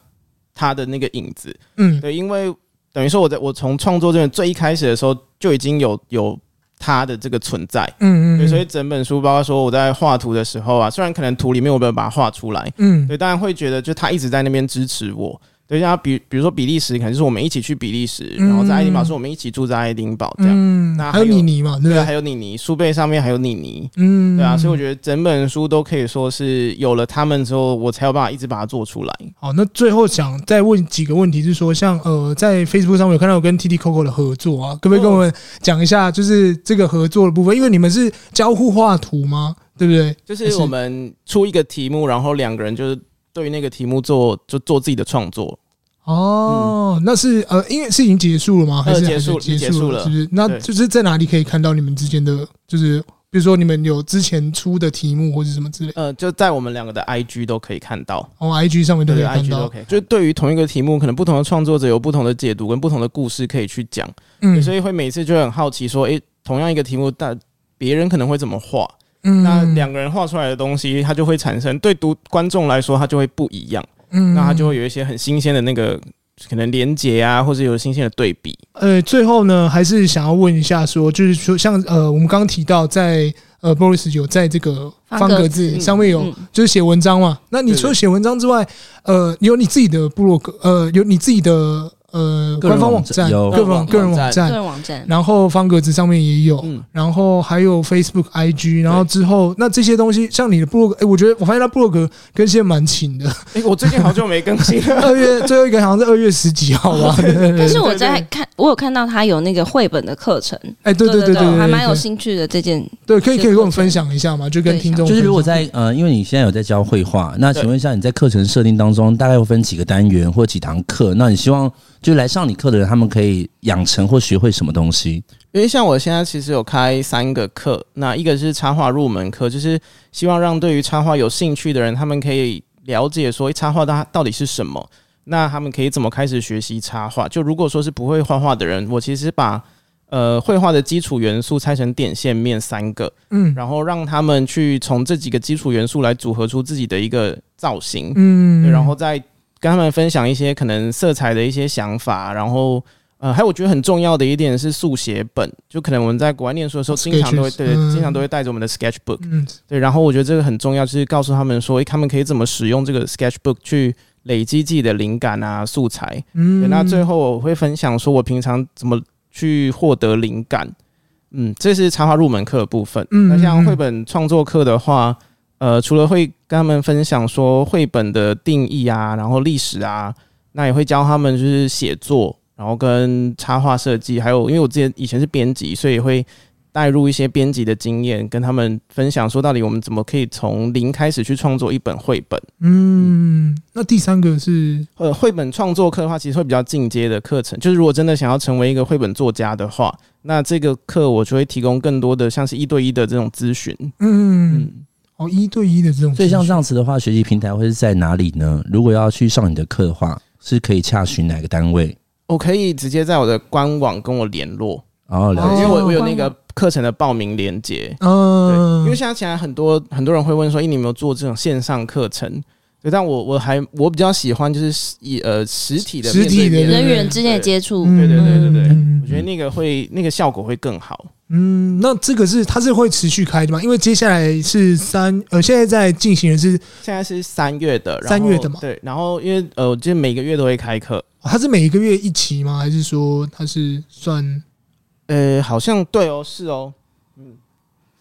Speaker 4: 他的那个影子，
Speaker 1: 嗯，
Speaker 4: 对，因为等于说我在我从创作这边最一开始的时候就已经有有他的这个存在。
Speaker 1: 嗯嗯，
Speaker 4: 对，所以整本书包括说我在画图的时候啊，虽然可能图里面我没有把它画出来，
Speaker 1: 嗯
Speaker 4: 对，当然会觉得就他一直在那边支持我。对，像比比如说比利时，可能是我们一起去比利时，然后在爱丁堡是我们一起住在爱丁堡这样。
Speaker 1: 嗯，
Speaker 4: 那
Speaker 1: 还
Speaker 4: 还
Speaker 1: 有
Speaker 4: 有
Speaker 1: 妮妮嘛，对不
Speaker 4: 对，啊
Speaker 1: 对？
Speaker 4: 还有妮妮，书背上面还有妮妮，
Speaker 1: 嗯，
Speaker 4: 对啊，所以我觉得整本书都可以说是有了他们之后，我才有办法一直把它做出来。
Speaker 1: 好，那最后想再问几个问题，是说像呃，在 Facebook 上面有看到有跟 T T Coco 的合作啊，可不可以跟我们讲一下，就是这个合作的部分？因为你们是交互画图吗？对不对？
Speaker 4: 就
Speaker 1: 还
Speaker 4: 是
Speaker 1: 是
Speaker 4: 我们出一个题目，然后两个人就是对于那个题目做就做自己的创作。
Speaker 1: 哦，那是呃，因为是已经结束了吗？还是
Speaker 4: 呃结束
Speaker 1: 还是结
Speaker 4: 已经结束
Speaker 1: 了，
Speaker 4: 了
Speaker 1: 是不是？那就是在哪里可以看到你们之间的，就是比如说你们有之前出的题目或者什么之类，
Speaker 4: 呃，就在我们两个的 IG 都可以看到，
Speaker 1: 哦，IG 上面都可以
Speaker 4: 对
Speaker 1: 看
Speaker 4: ，IG 都
Speaker 1: 到，
Speaker 4: 可以。就是对于同一个题目，可能不同的创作者有不同的解读跟不同的故事可以去讲，
Speaker 1: 嗯
Speaker 4: 所以会每次就会很好奇说，诶、同样一个题目，但别人可能会怎么画？
Speaker 1: 嗯
Speaker 4: 那两个人画出来的东西，它就会产生对读观众来说，它就会不一样，
Speaker 1: 嗯
Speaker 4: 那它就会有一些很新鲜的那个可能连结啊，或者有新鲜的对比。
Speaker 1: 呃，最后呢，还是想要问一下说就是说像呃，我们刚刚提到在呃，Boris 有在这个方格子
Speaker 3: 嗯
Speaker 1: 上面有、
Speaker 3: 嗯
Speaker 1: 就是写文章嘛。那你
Speaker 4: 对对
Speaker 1: 除了写文章之外，呃，有你自己的部落格，呃，有你自己的呃
Speaker 2: 个
Speaker 1: 官
Speaker 2: 人
Speaker 1: 方
Speaker 2: 网
Speaker 1: 网站，
Speaker 2: 站有
Speaker 1: 个人网个
Speaker 4: 个
Speaker 1: 人
Speaker 4: 人
Speaker 1: 网
Speaker 4: 网站
Speaker 3: 个
Speaker 1: 站，
Speaker 3: 人网站。
Speaker 1: 然后方格子上面也有，
Speaker 4: 嗯，
Speaker 1: 然后还有 Facebook、IG，然后之后那这些东西，像你的部落格，哎，我觉得我发现他部落格更新得蛮勤的，
Speaker 4: 诶、我最近好久没更新 了。
Speaker 1: 二月最后一个好像是二月十几号吧。对对对
Speaker 3: 但是我在看，我有看到他有那个绘本的课程，
Speaker 1: 哎，对对
Speaker 3: 对
Speaker 1: 对，
Speaker 3: 我还蛮
Speaker 1: 对
Speaker 3: 有
Speaker 1: 对
Speaker 3: 兴趣的这件。
Speaker 1: 对，可以可以跟我们分享一下嘛，就跟
Speaker 3: 对
Speaker 1: 听众
Speaker 2: 就是如果
Speaker 1: 分享
Speaker 2: 在呃，因为你现在有在教绘画，那
Speaker 4: 对
Speaker 2: 请问一下你在课程设定当中，大概会分几个单元或几堂课？那你希望就是来上你课的人，他们可以养成或学会什么东西？
Speaker 4: 因为像我现在其实有开三个课，那一个是插画入门课，就是希望让对于插画有兴趣的人，他们可以了解说诶插画它到底是什么，那他们可以怎么开始学习插画。就如果说是不会画画的人，我其实把呃绘画的基础元素拆成点、线、面三个，
Speaker 1: 嗯
Speaker 4: 然后让他们去从这几个基础元素来组合出自己的一个造型，
Speaker 1: 嗯
Speaker 4: 对，然后再跟他们分享一些可能色彩的一些想法，然后呃，还有我觉得很重要的一点是速写本，就可能我们在国外念书的时候，经常都会
Speaker 1: Sketches，
Speaker 4: 对，
Speaker 1: 嗯
Speaker 4: 经常都会带着我们的 sketchbook，
Speaker 1: 嗯
Speaker 4: 对，然后我觉得这个很重要，就是告诉他们说，诶，他们可以怎么使用这个 sketchbook 去累积自己的灵感啊素材。对，
Speaker 1: 嗯
Speaker 4: 那最后我会分享说我平常怎么去获得灵感。嗯，这是插画入门课的部分。
Speaker 1: 嗯
Speaker 4: 那像
Speaker 1: 嗯嗯
Speaker 4: 绘本创作课的话，呃，除了会跟他们分享说绘本的定义啊，然后历史啊，那也会教他们就是写作，然后跟插画设计，还有因为我之前以前是编辑，所以也会带入一些编辑的经验，跟他们分享说到底我们怎么可以从零开始去创作一本绘本。
Speaker 1: 嗯，那第三个是
Speaker 4: 呃，绘本创作课的话，其实会比较进阶的课程。就是如果真的想要成为一个绘本作家的话，那这个课我就会提供更多的像是一对一的这种咨询。
Speaker 1: 嗯
Speaker 4: 嗯，
Speaker 1: 哦一对一的这种，
Speaker 2: 所以像这样子的话，学习平台会是在哪里呢？如果要去上你的课的话，是可以洽询哪个单位？
Speaker 4: 我可以直接在我的官网跟我联络，
Speaker 2: 然后了
Speaker 1: 哦
Speaker 4: 因
Speaker 2: 解。
Speaker 4: 为我我有那个课程的报名链接。对，
Speaker 1: 嗯，
Speaker 4: 因为现在现在很多很多人会问说，哎、你有没有做这种线上课程？对，但我我还我比较喜欢就是以呃实体的
Speaker 1: 实
Speaker 4: 面对
Speaker 1: 体的对
Speaker 4: 面
Speaker 1: 对
Speaker 3: 人与人之间的接触，
Speaker 1: 嗯
Speaker 4: 对对对对对
Speaker 1: 嗯
Speaker 4: 我觉得那个会那个效果会更好。
Speaker 1: 嗯，那这个是它是会持续开的嘛？因为接下来是三呃，现在在进行的是
Speaker 4: 现在是三月的，然后
Speaker 1: 三月的嘛
Speaker 4: 对，然后因为呃，我记得每个月都会开课，
Speaker 1: 哦它是每一个月一期吗？还是说它是算？
Speaker 4: 呃，好像对哦，是哦，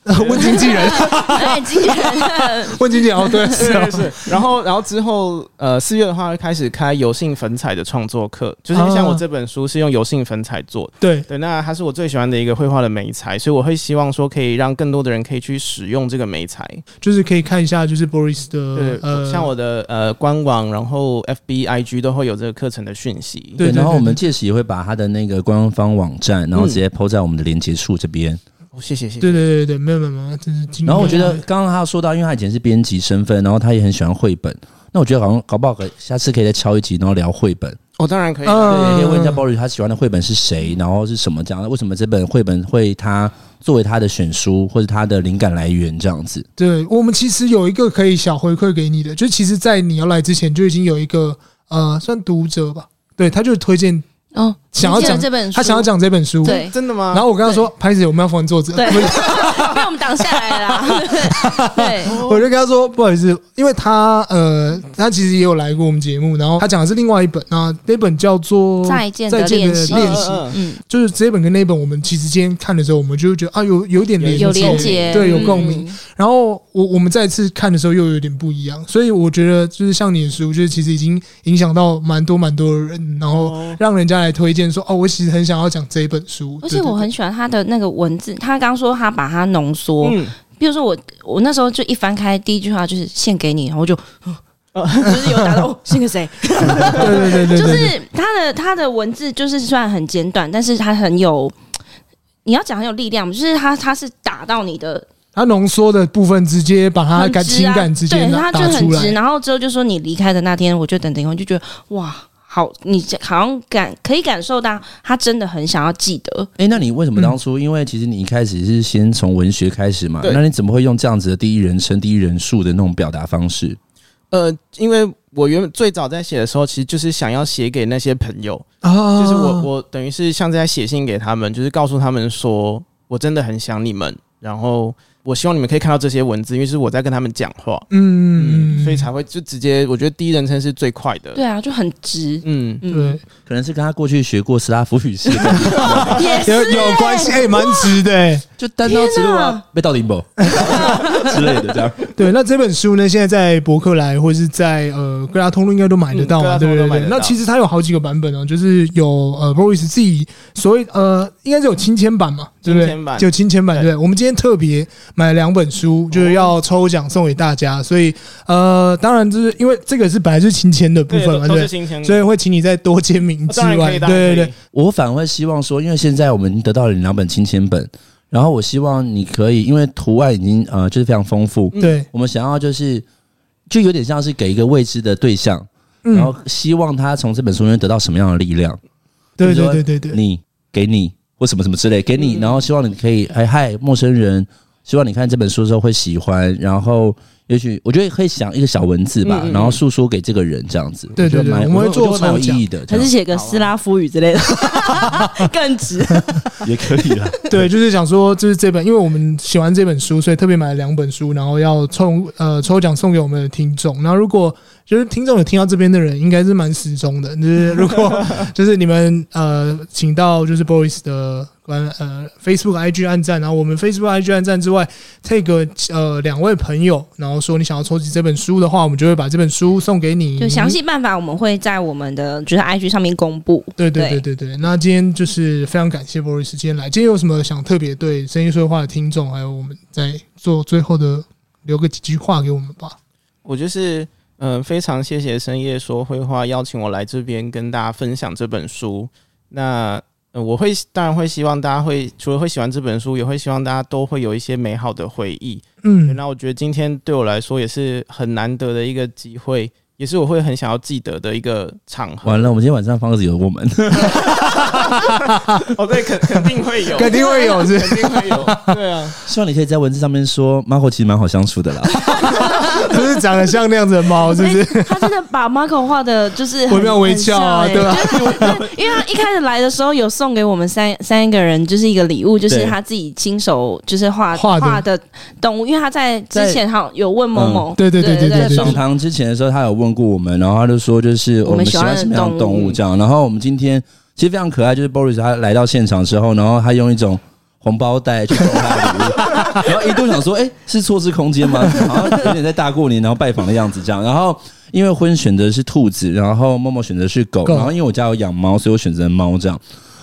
Speaker 1: 问经纪人，
Speaker 3: 哎，经 纪人
Speaker 1: 问经纪人哦，对，是啊，
Speaker 4: 是。然后，然后之后，呃，四月的话会开始开油性粉彩的创作课，就是像
Speaker 1: 啊
Speaker 4: 我这本书是用油性粉彩做的，
Speaker 1: 对，
Speaker 4: 对，那它是我最喜欢的一个绘画的媒材，所以我会希望说可以让更多的人可以去使用这个媒材。
Speaker 1: 就是可以看一下，就是 Boris
Speaker 4: 对
Speaker 1: 的，呃，
Speaker 4: 像我的呃官网，然后 FB、IG 都会有这个课程的讯息。
Speaker 1: 对对
Speaker 2: 然后我
Speaker 1: 对
Speaker 2: 们
Speaker 1: 对
Speaker 2: 届时也会把他的那个官方网站，然后
Speaker 4: 嗯
Speaker 2: 直接 PO 在我们的连接处这边。
Speaker 4: 哦，谢谢谢谢。
Speaker 1: 对对对对，没有没有没有，真是经典。啊
Speaker 2: 然后我觉得
Speaker 1: 嗯
Speaker 2: 刚刚他说到，因为他以前是编辑身份，然后他也很喜欢绘本。那我觉得好像搞不好可以下次可以再敲一集，然后聊绘本。
Speaker 4: 哦，当然可以。
Speaker 1: 嗯
Speaker 2: 对，也可以问一下鲍里他喜欢的绘本是谁，然后是什么这样？为什么这本绘本会他作为他的选书或者他的灵感来源这样子？
Speaker 1: 对我们其实有一个可以小回馈给你的，就其实，在你要来之前就已经有一个呃，算读者吧，对，他就推荐
Speaker 3: 哦，
Speaker 1: 想要
Speaker 3: 你记得
Speaker 1: 讲
Speaker 3: 这本书，
Speaker 1: 他想要讲这本书，
Speaker 3: 对
Speaker 4: 真的 吗？
Speaker 1: 然后我跟他说，拍子我们要访问作者，
Speaker 3: 对
Speaker 1: 不是
Speaker 3: 被我们挡下来了啦。 对，
Speaker 1: 我就跟他说不好意思，因为他呃，他其实也有来过我们节目，然后他讲的是另外一本啊，那本叫做
Speaker 3: 再见的
Speaker 1: 再见
Speaker 3: 练
Speaker 1: 的
Speaker 3: 习
Speaker 1: 练习，
Speaker 3: 嗯，
Speaker 1: 就是这一本跟那一本，我们其实今天看的时候，我们就会觉得啊，有有点连
Speaker 3: 有
Speaker 1: 接
Speaker 3: 连接，
Speaker 1: 对，有共鸣。
Speaker 3: 嗯。
Speaker 1: 然后我我们再次看的时候又有点不一样，所以我觉得就是像你的书，就是其实已经影响到蛮多蛮多的人，然后
Speaker 4: 哦
Speaker 1: 让人家来推荐说哦，我其实很想要讲这一本书，
Speaker 3: 而且我很喜欢他的那个文字，他刚说他把它浓缩，
Speaker 4: 嗯，
Speaker 3: 比如说我我那时候就一翻开第一句话就是献给你，然后我就。 就是有打到哦，献给谁？
Speaker 1: 对对 对对对对
Speaker 3: 就
Speaker 1: 对
Speaker 3: 是他的他的文字，就是虽然很简短，但是他很有，你要讲很有力量，就是他他是打到你的
Speaker 1: 他浓缩的部分直接把他
Speaker 3: 很
Speaker 1: 感
Speaker 3: 直
Speaker 1: 情
Speaker 3: 啊
Speaker 1: 感直接
Speaker 3: 对，
Speaker 1: 拿
Speaker 3: 他就
Speaker 1: 打
Speaker 3: 很
Speaker 1: 出
Speaker 3: 直。
Speaker 1: 来，
Speaker 3: 然后之后就说你离开的那天，我就等等，我就觉得哇，好，你这好像感可以感受到他真的很想要记得，
Speaker 2: 哎、那你为什么当初？因为其实你一开始是先从文学开始嘛，
Speaker 4: 对
Speaker 2: 那你怎么会用这样子的第一人称、第一人数的那种表达方式？
Speaker 4: 呃，因为我原本最早在写的时候，其实就是想要写给那些朋友，
Speaker 1: 啊
Speaker 4: 就是我我等于是像在写信给他们，就是告诉他们说我真的很想你们，然后我希望你们可以看到这些文字，因为是我在跟他们讲话，
Speaker 1: 嗯
Speaker 4: 嗯，所以才会就直接，我觉得第一人称是最快的，
Speaker 3: 对啊，就很直，
Speaker 4: 嗯，
Speaker 3: 嗯，
Speaker 1: 对
Speaker 2: 可能是跟他过去学过斯拉夫语 系的，
Speaker 3: 也是
Speaker 1: 有有关系，哎，蛮直的欸。
Speaker 2: 就单刀直入
Speaker 3: 天
Speaker 2: 啊，被到顶 不之类的这样。
Speaker 1: 对，那这本书呢，现在在博客来或是在呃各大通路应该都买得到嘛，
Speaker 4: 嗯各大
Speaker 1: 对
Speaker 4: 通
Speaker 1: 不
Speaker 4: 路
Speaker 1: 对
Speaker 4: 都买得到
Speaker 1: 那其实它有好几个版本哦，就是有呃 Boris 自己所谓呃应该是有亲签版嘛，对不对？
Speaker 4: 亲签版
Speaker 1: 就亲签版，对不对？我们今天特别买了两本书，就是要抽奖送给大家，所以呃，当然就是因为这个是本来就是亲签的部分嘛，对不
Speaker 4: 都是
Speaker 1: 对？
Speaker 4: 新鲜的，哦
Speaker 1: 所以会请你再多签名之
Speaker 4: 当然可
Speaker 1: 外，
Speaker 4: 以，
Speaker 1: 对
Speaker 4: 当然
Speaker 1: 对
Speaker 4: 可以
Speaker 1: 对，
Speaker 2: 我反而会希望说，因为现在我们得到了两本亲签本，然后我希望你可以，因为图案已经呃就是非常丰富，
Speaker 1: 对对，
Speaker 2: 我们想要就是就有点像是给一个未知的对象，然
Speaker 1: 嗯
Speaker 2: 后，希望他从这本书中得到什么样的力量。
Speaker 1: 对
Speaker 2: 比如
Speaker 1: 对
Speaker 2: 说
Speaker 1: 对对对，
Speaker 2: 你给你或什么什么之类给你，
Speaker 4: 嗯
Speaker 2: 然后希望你可以哎嗨陌生人，希望你看这本书的时候会喜欢，然后也许我觉得可以想一个小文字吧，
Speaker 4: 嗯嗯嗯
Speaker 2: 然后诉说给这个人这样子，
Speaker 1: 对对
Speaker 2: 我觉得蛮
Speaker 1: 对我们会做
Speaker 2: 我觉得蛮有
Speaker 1: 抽奖
Speaker 2: 意义的，这
Speaker 3: 还
Speaker 2: 样
Speaker 3: 是写个斯拉夫语之 类的， 更直，
Speaker 2: 也可以啦。
Speaker 1: 对，就是想说，就是这本，因为我们喜欢这本书，所以特别买了两本书，然后要抽呃抽奖送给我们的听众。然后如果就是听众有听到这边的人，应该是蛮始终的。就是 如果就是你们呃，请到就是 Boys 的官呃 Facebook IG 按赞，然后我们 Facebook IG 按赞之外，take 呃两位朋友，然后说你想要抽集这本书的话，我们就会把这本书送给你。
Speaker 3: 就详细办法我们会在我们的就是 IG 上面公布，
Speaker 1: 对对对对对，那今天就是非常感谢 Boris 今天来。今天有什么想特别对声音说话的听众，还有我们在做最后的留个几句话给我们吧？
Speaker 4: 我就是嗯、呃非常谢谢深夜说绘画邀请我来这边跟大家分享这本书。那、呃我会当然会希望大家会除了会喜欢这本书，也会希望大家都会有一些美好的回忆。
Speaker 1: 嗯，
Speaker 4: 那我觉得今天对我来说也是很难得的一个机会，也是我会很想要记得的一个场合。
Speaker 2: 完了，我们今天晚上方子有我们，
Speaker 4: 哦，对，肯肯定会 有，
Speaker 1: 肯定会有是
Speaker 4: 肯定会有，对啊，
Speaker 2: 希望你可以在文字上面说，猫口其实蛮好相处的啦。
Speaker 1: 就是长得像那样子的哦猫，是不是？
Speaker 3: 哎他真的把 Marco 画的，就是很
Speaker 1: 惟妙惟肖啊
Speaker 3: 很像欸
Speaker 1: 对吧
Speaker 3: 就是他因为他一开始来的时候有送给我们三三个人，就是一个礼物，就是
Speaker 2: 对
Speaker 3: 他自己亲手就是画
Speaker 1: 画的
Speaker 3: 的动物，因为他在之前好像有问某某，
Speaker 1: 嗯对对对对
Speaker 2: 在
Speaker 1: 对
Speaker 2: 上堂之前的时候，他有问过我们，然后他就说就是
Speaker 3: 我们
Speaker 2: 我们喜欢什么样的动物这样。然后我们今天其实非常可爱，就是 Boris 他来到现场之后，然后他用一种红包袋去送他的礼物， 然后一度想说，哎、是错失空间吗？好像有点在大过年然后拜 访的样子这样。然后因为婚选择是兔子，然后默默选择是狗，
Speaker 1: 狗
Speaker 2: 然后因为我家有养猫，所以我选择猫这样。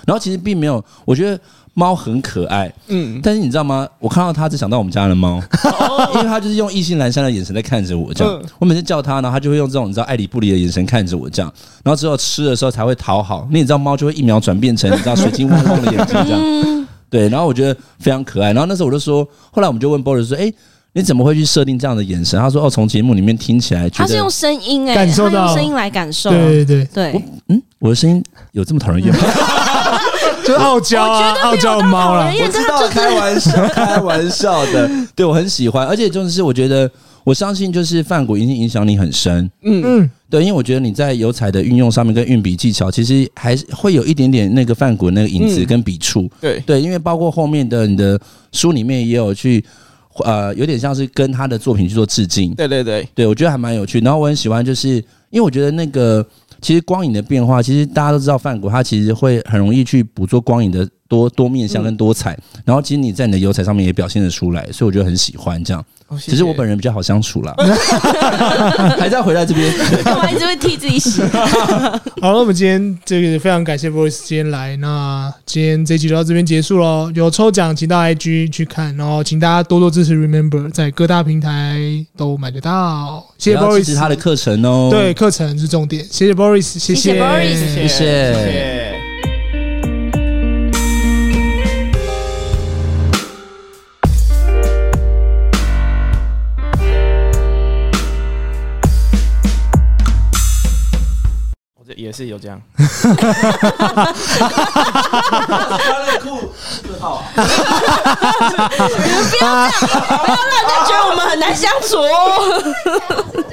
Speaker 2: 然后其实并没有，我觉得猫很可爱，
Speaker 4: 嗯，
Speaker 2: 但是你知道吗？我看到它只想到我们家的 猫，因为它就是用意兴阑珊的眼神在看着我，这样
Speaker 4: 嗯。
Speaker 2: 我每次叫它，然后它就会用这种你知道爱理不理的眼神看着我，这样。然后只有吃的时候才会讨好，那你知道猫就会一秒转变成你知道水晶汪汪的眼睛这样。 对，然后我觉得非常可爱。然后那时候我就说，后来我们就问 Boris 说：“哎、你怎么会去设定这样的眼神？”他说：“哦，从节目里面听起来觉
Speaker 3: 他是
Speaker 2: 得
Speaker 3: 用，声音哎、
Speaker 1: 感受
Speaker 3: 他
Speaker 1: 到
Speaker 3: 用声音来感 受，
Speaker 1: 对对对，
Speaker 3: 对
Speaker 2: 嗯，我的声音有这么讨人厌吗？”
Speaker 1: 就是傲娇啊，傲娇的猫啦。
Speaker 3: 因为
Speaker 2: 我知
Speaker 3: 他
Speaker 2: 道，
Speaker 3: 就是
Speaker 2: 开玩笑，开玩笑的。对我很喜欢，而且就是我觉得我相信就是范谷已经影响你很深，
Speaker 4: 嗯，
Speaker 1: 嗯，
Speaker 2: 对，因为我觉得你在油彩的运用上面跟运笔技巧，其实还是会有一点点那个范谷那个影子
Speaker 4: 嗯
Speaker 2: 跟笔触。
Speaker 4: 对，
Speaker 2: 对，因为包括后面的你的书里面也有去，呃，有点像是跟他的作品去做致敬。
Speaker 4: 对对对，
Speaker 2: 对，我觉得还蛮有趣。然后我很喜欢，就是因为我觉得那个其实光影的变化，其实大家都知道范谷他其实会很容易去捕捉光影的多多面向
Speaker 4: 嗯
Speaker 2: 跟多彩。然后其实你在你的油彩上面也表现得出来，所以我觉得很喜欢这样。
Speaker 4: 哦谢谢
Speaker 2: 只是我本人比较好相处啦，还是要回来这边。
Speaker 3: 干嘛一直会替自己洗？
Speaker 1: 好了，我们今天这个非常感谢 Voice 今天来，那今天这集就到这边结束喽。有抽奖，请到 IG 去看，然后请大家多多支持 Remember，在各大平台都买得到。谢谢
Speaker 2: 也要支持
Speaker 1: Boris，
Speaker 2: 他的课程哦。
Speaker 1: 对，课程是重点，谢谢 Boris，谢
Speaker 3: 谢谢 Boris 谢
Speaker 4: 谢谢
Speaker 2: 谢谢
Speaker 4: 谢。我这也是有这样，
Speaker 3: 大家觉得我们很难相处哦。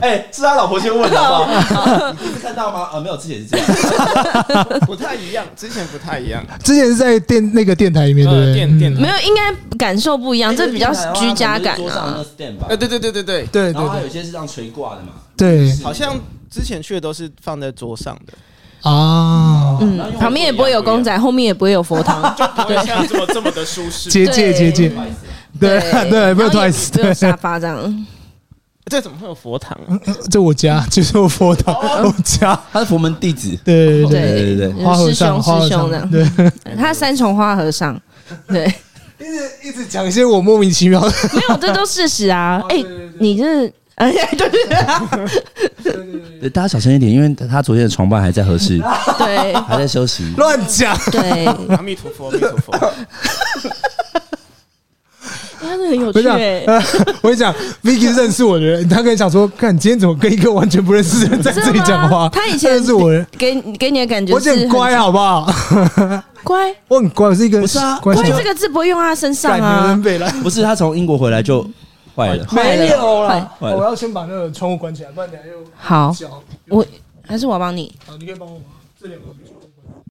Speaker 2: 哎，是他老婆先问的好不好？你第一次看到吗？啊，没有，之前是这样。
Speaker 4: 不太一样，之前不太一样。
Speaker 1: 之前是在电那个电台里面，对不嗯
Speaker 4: 呃，
Speaker 1: 对？
Speaker 4: 电电
Speaker 3: 没有，应该感受不一样，这比较居家感
Speaker 2: 桌上那
Speaker 3: 啊
Speaker 2: 个。stand 吧
Speaker 4: 呃，对对对对对，
Speaker 1: 对
Speaker 2: 然后
Speaker 1: 对
Speaker 2: 还有
Speaker 1: 对
Speaker 2: 些是这样垂挂的嘛。
Speaker 1: 对
Speaker 4: 好像之前去的都是放在桌上的，
Speaker 1: 啊，
Speaker 3: 嗯，旁边也不会有公仔，后面也不会有佛堂。
Speaker 4: 不会像这么这么的舒适。
Speaker 1: 结界
Speaker 3: 对
Speaker 1: 结界，对 对，
Speaker 3: 然
Speaker 1: 没有
Speaker 3: 后也
Speaker 1: Twice，
Speaker 3: 没有沙
Speaker 1: 对，
Speaker 3: 发这样。
Speaker 4: 这怎么会有佛堂啊？
Speaker 1: 这我家就是我佛堂，
Speaker 3: 哦
Speaker 1: 我家，
Speaker 2: 他是佛门弟子。
Speaker 1: 对对对，
Speaker 2: 对对对，
Speaker 1: 花和
Speaker 3: 师
Speaker 1: 尚，
Speaker 3: 兄
Speaker 1: 花和
Speaker 3: 师兄
Speaker 1: 尚，
Speaker 3: 的，
Speaker 1: 对。
Speaker 3: 他三重花和尚。 对，
Speaker 1: 一直一直讲一些我莫名其妙的，
Speaker 3: 没有，这都事实啊。
Speaker 1: 哦
Speaker 3: 哎，你这。哎， 对对
Speaker 2: 对呃大家小声一点，因为他昨天的床伴还在合适，
Speaker 3: 对哎
Speaker 2: 还在 休息。
Speaker 1: 乱 讲。
Speaker 3: 对，
Speaker 4: 阿弥陀佛，阿弥陀佛。
Speaker 3: 他是很有
Speaker 1: 我
Speaker 3: 趣
Speaker 1: 讲
Speaker 3: 哎，，
Speaker 1: 呃 我跟你讲，Vicky 认识我的人，他跟你讲说，看你今天怎么跟一个完全不认识的人在这里讲话？
Speaker 3: 真的吗他以
Speaker 1: 他
Speaker 3: 前
Speaker 1: 认识我的人，
Speaker 3: 给你给你的感觉
Speaker 1: 我
Speaker 3: 是
Speaker 1: 很乖，啊好不好？
Speaker 3: 乖
Speaker 1: 我很乖，我是一个
Speaker 2: 不是啊
Speaker 1: 乖
Speaker 3: 乖
Speaker 1: 小
Speaker 3: 这个字不会用在他身上
Speaker 1: 感觉
Speaker 3: 啊
Speaker 1: 很。北了。
Speaker 2: 不是他从英国回来就坏了，
Speaker 3: 坏了
Speaker 1: 没有啦
Speaker 3: 坏，
Speaker 2: 坏了
Speaker 1: 我要先把那个窗户关起来，不然等下又
Speaker 3: 好，
Speaker 1: 脚。
Speaker 3: 我还是我帮你。
Speaker 1: 好，你可以帮我吗？这两个比较。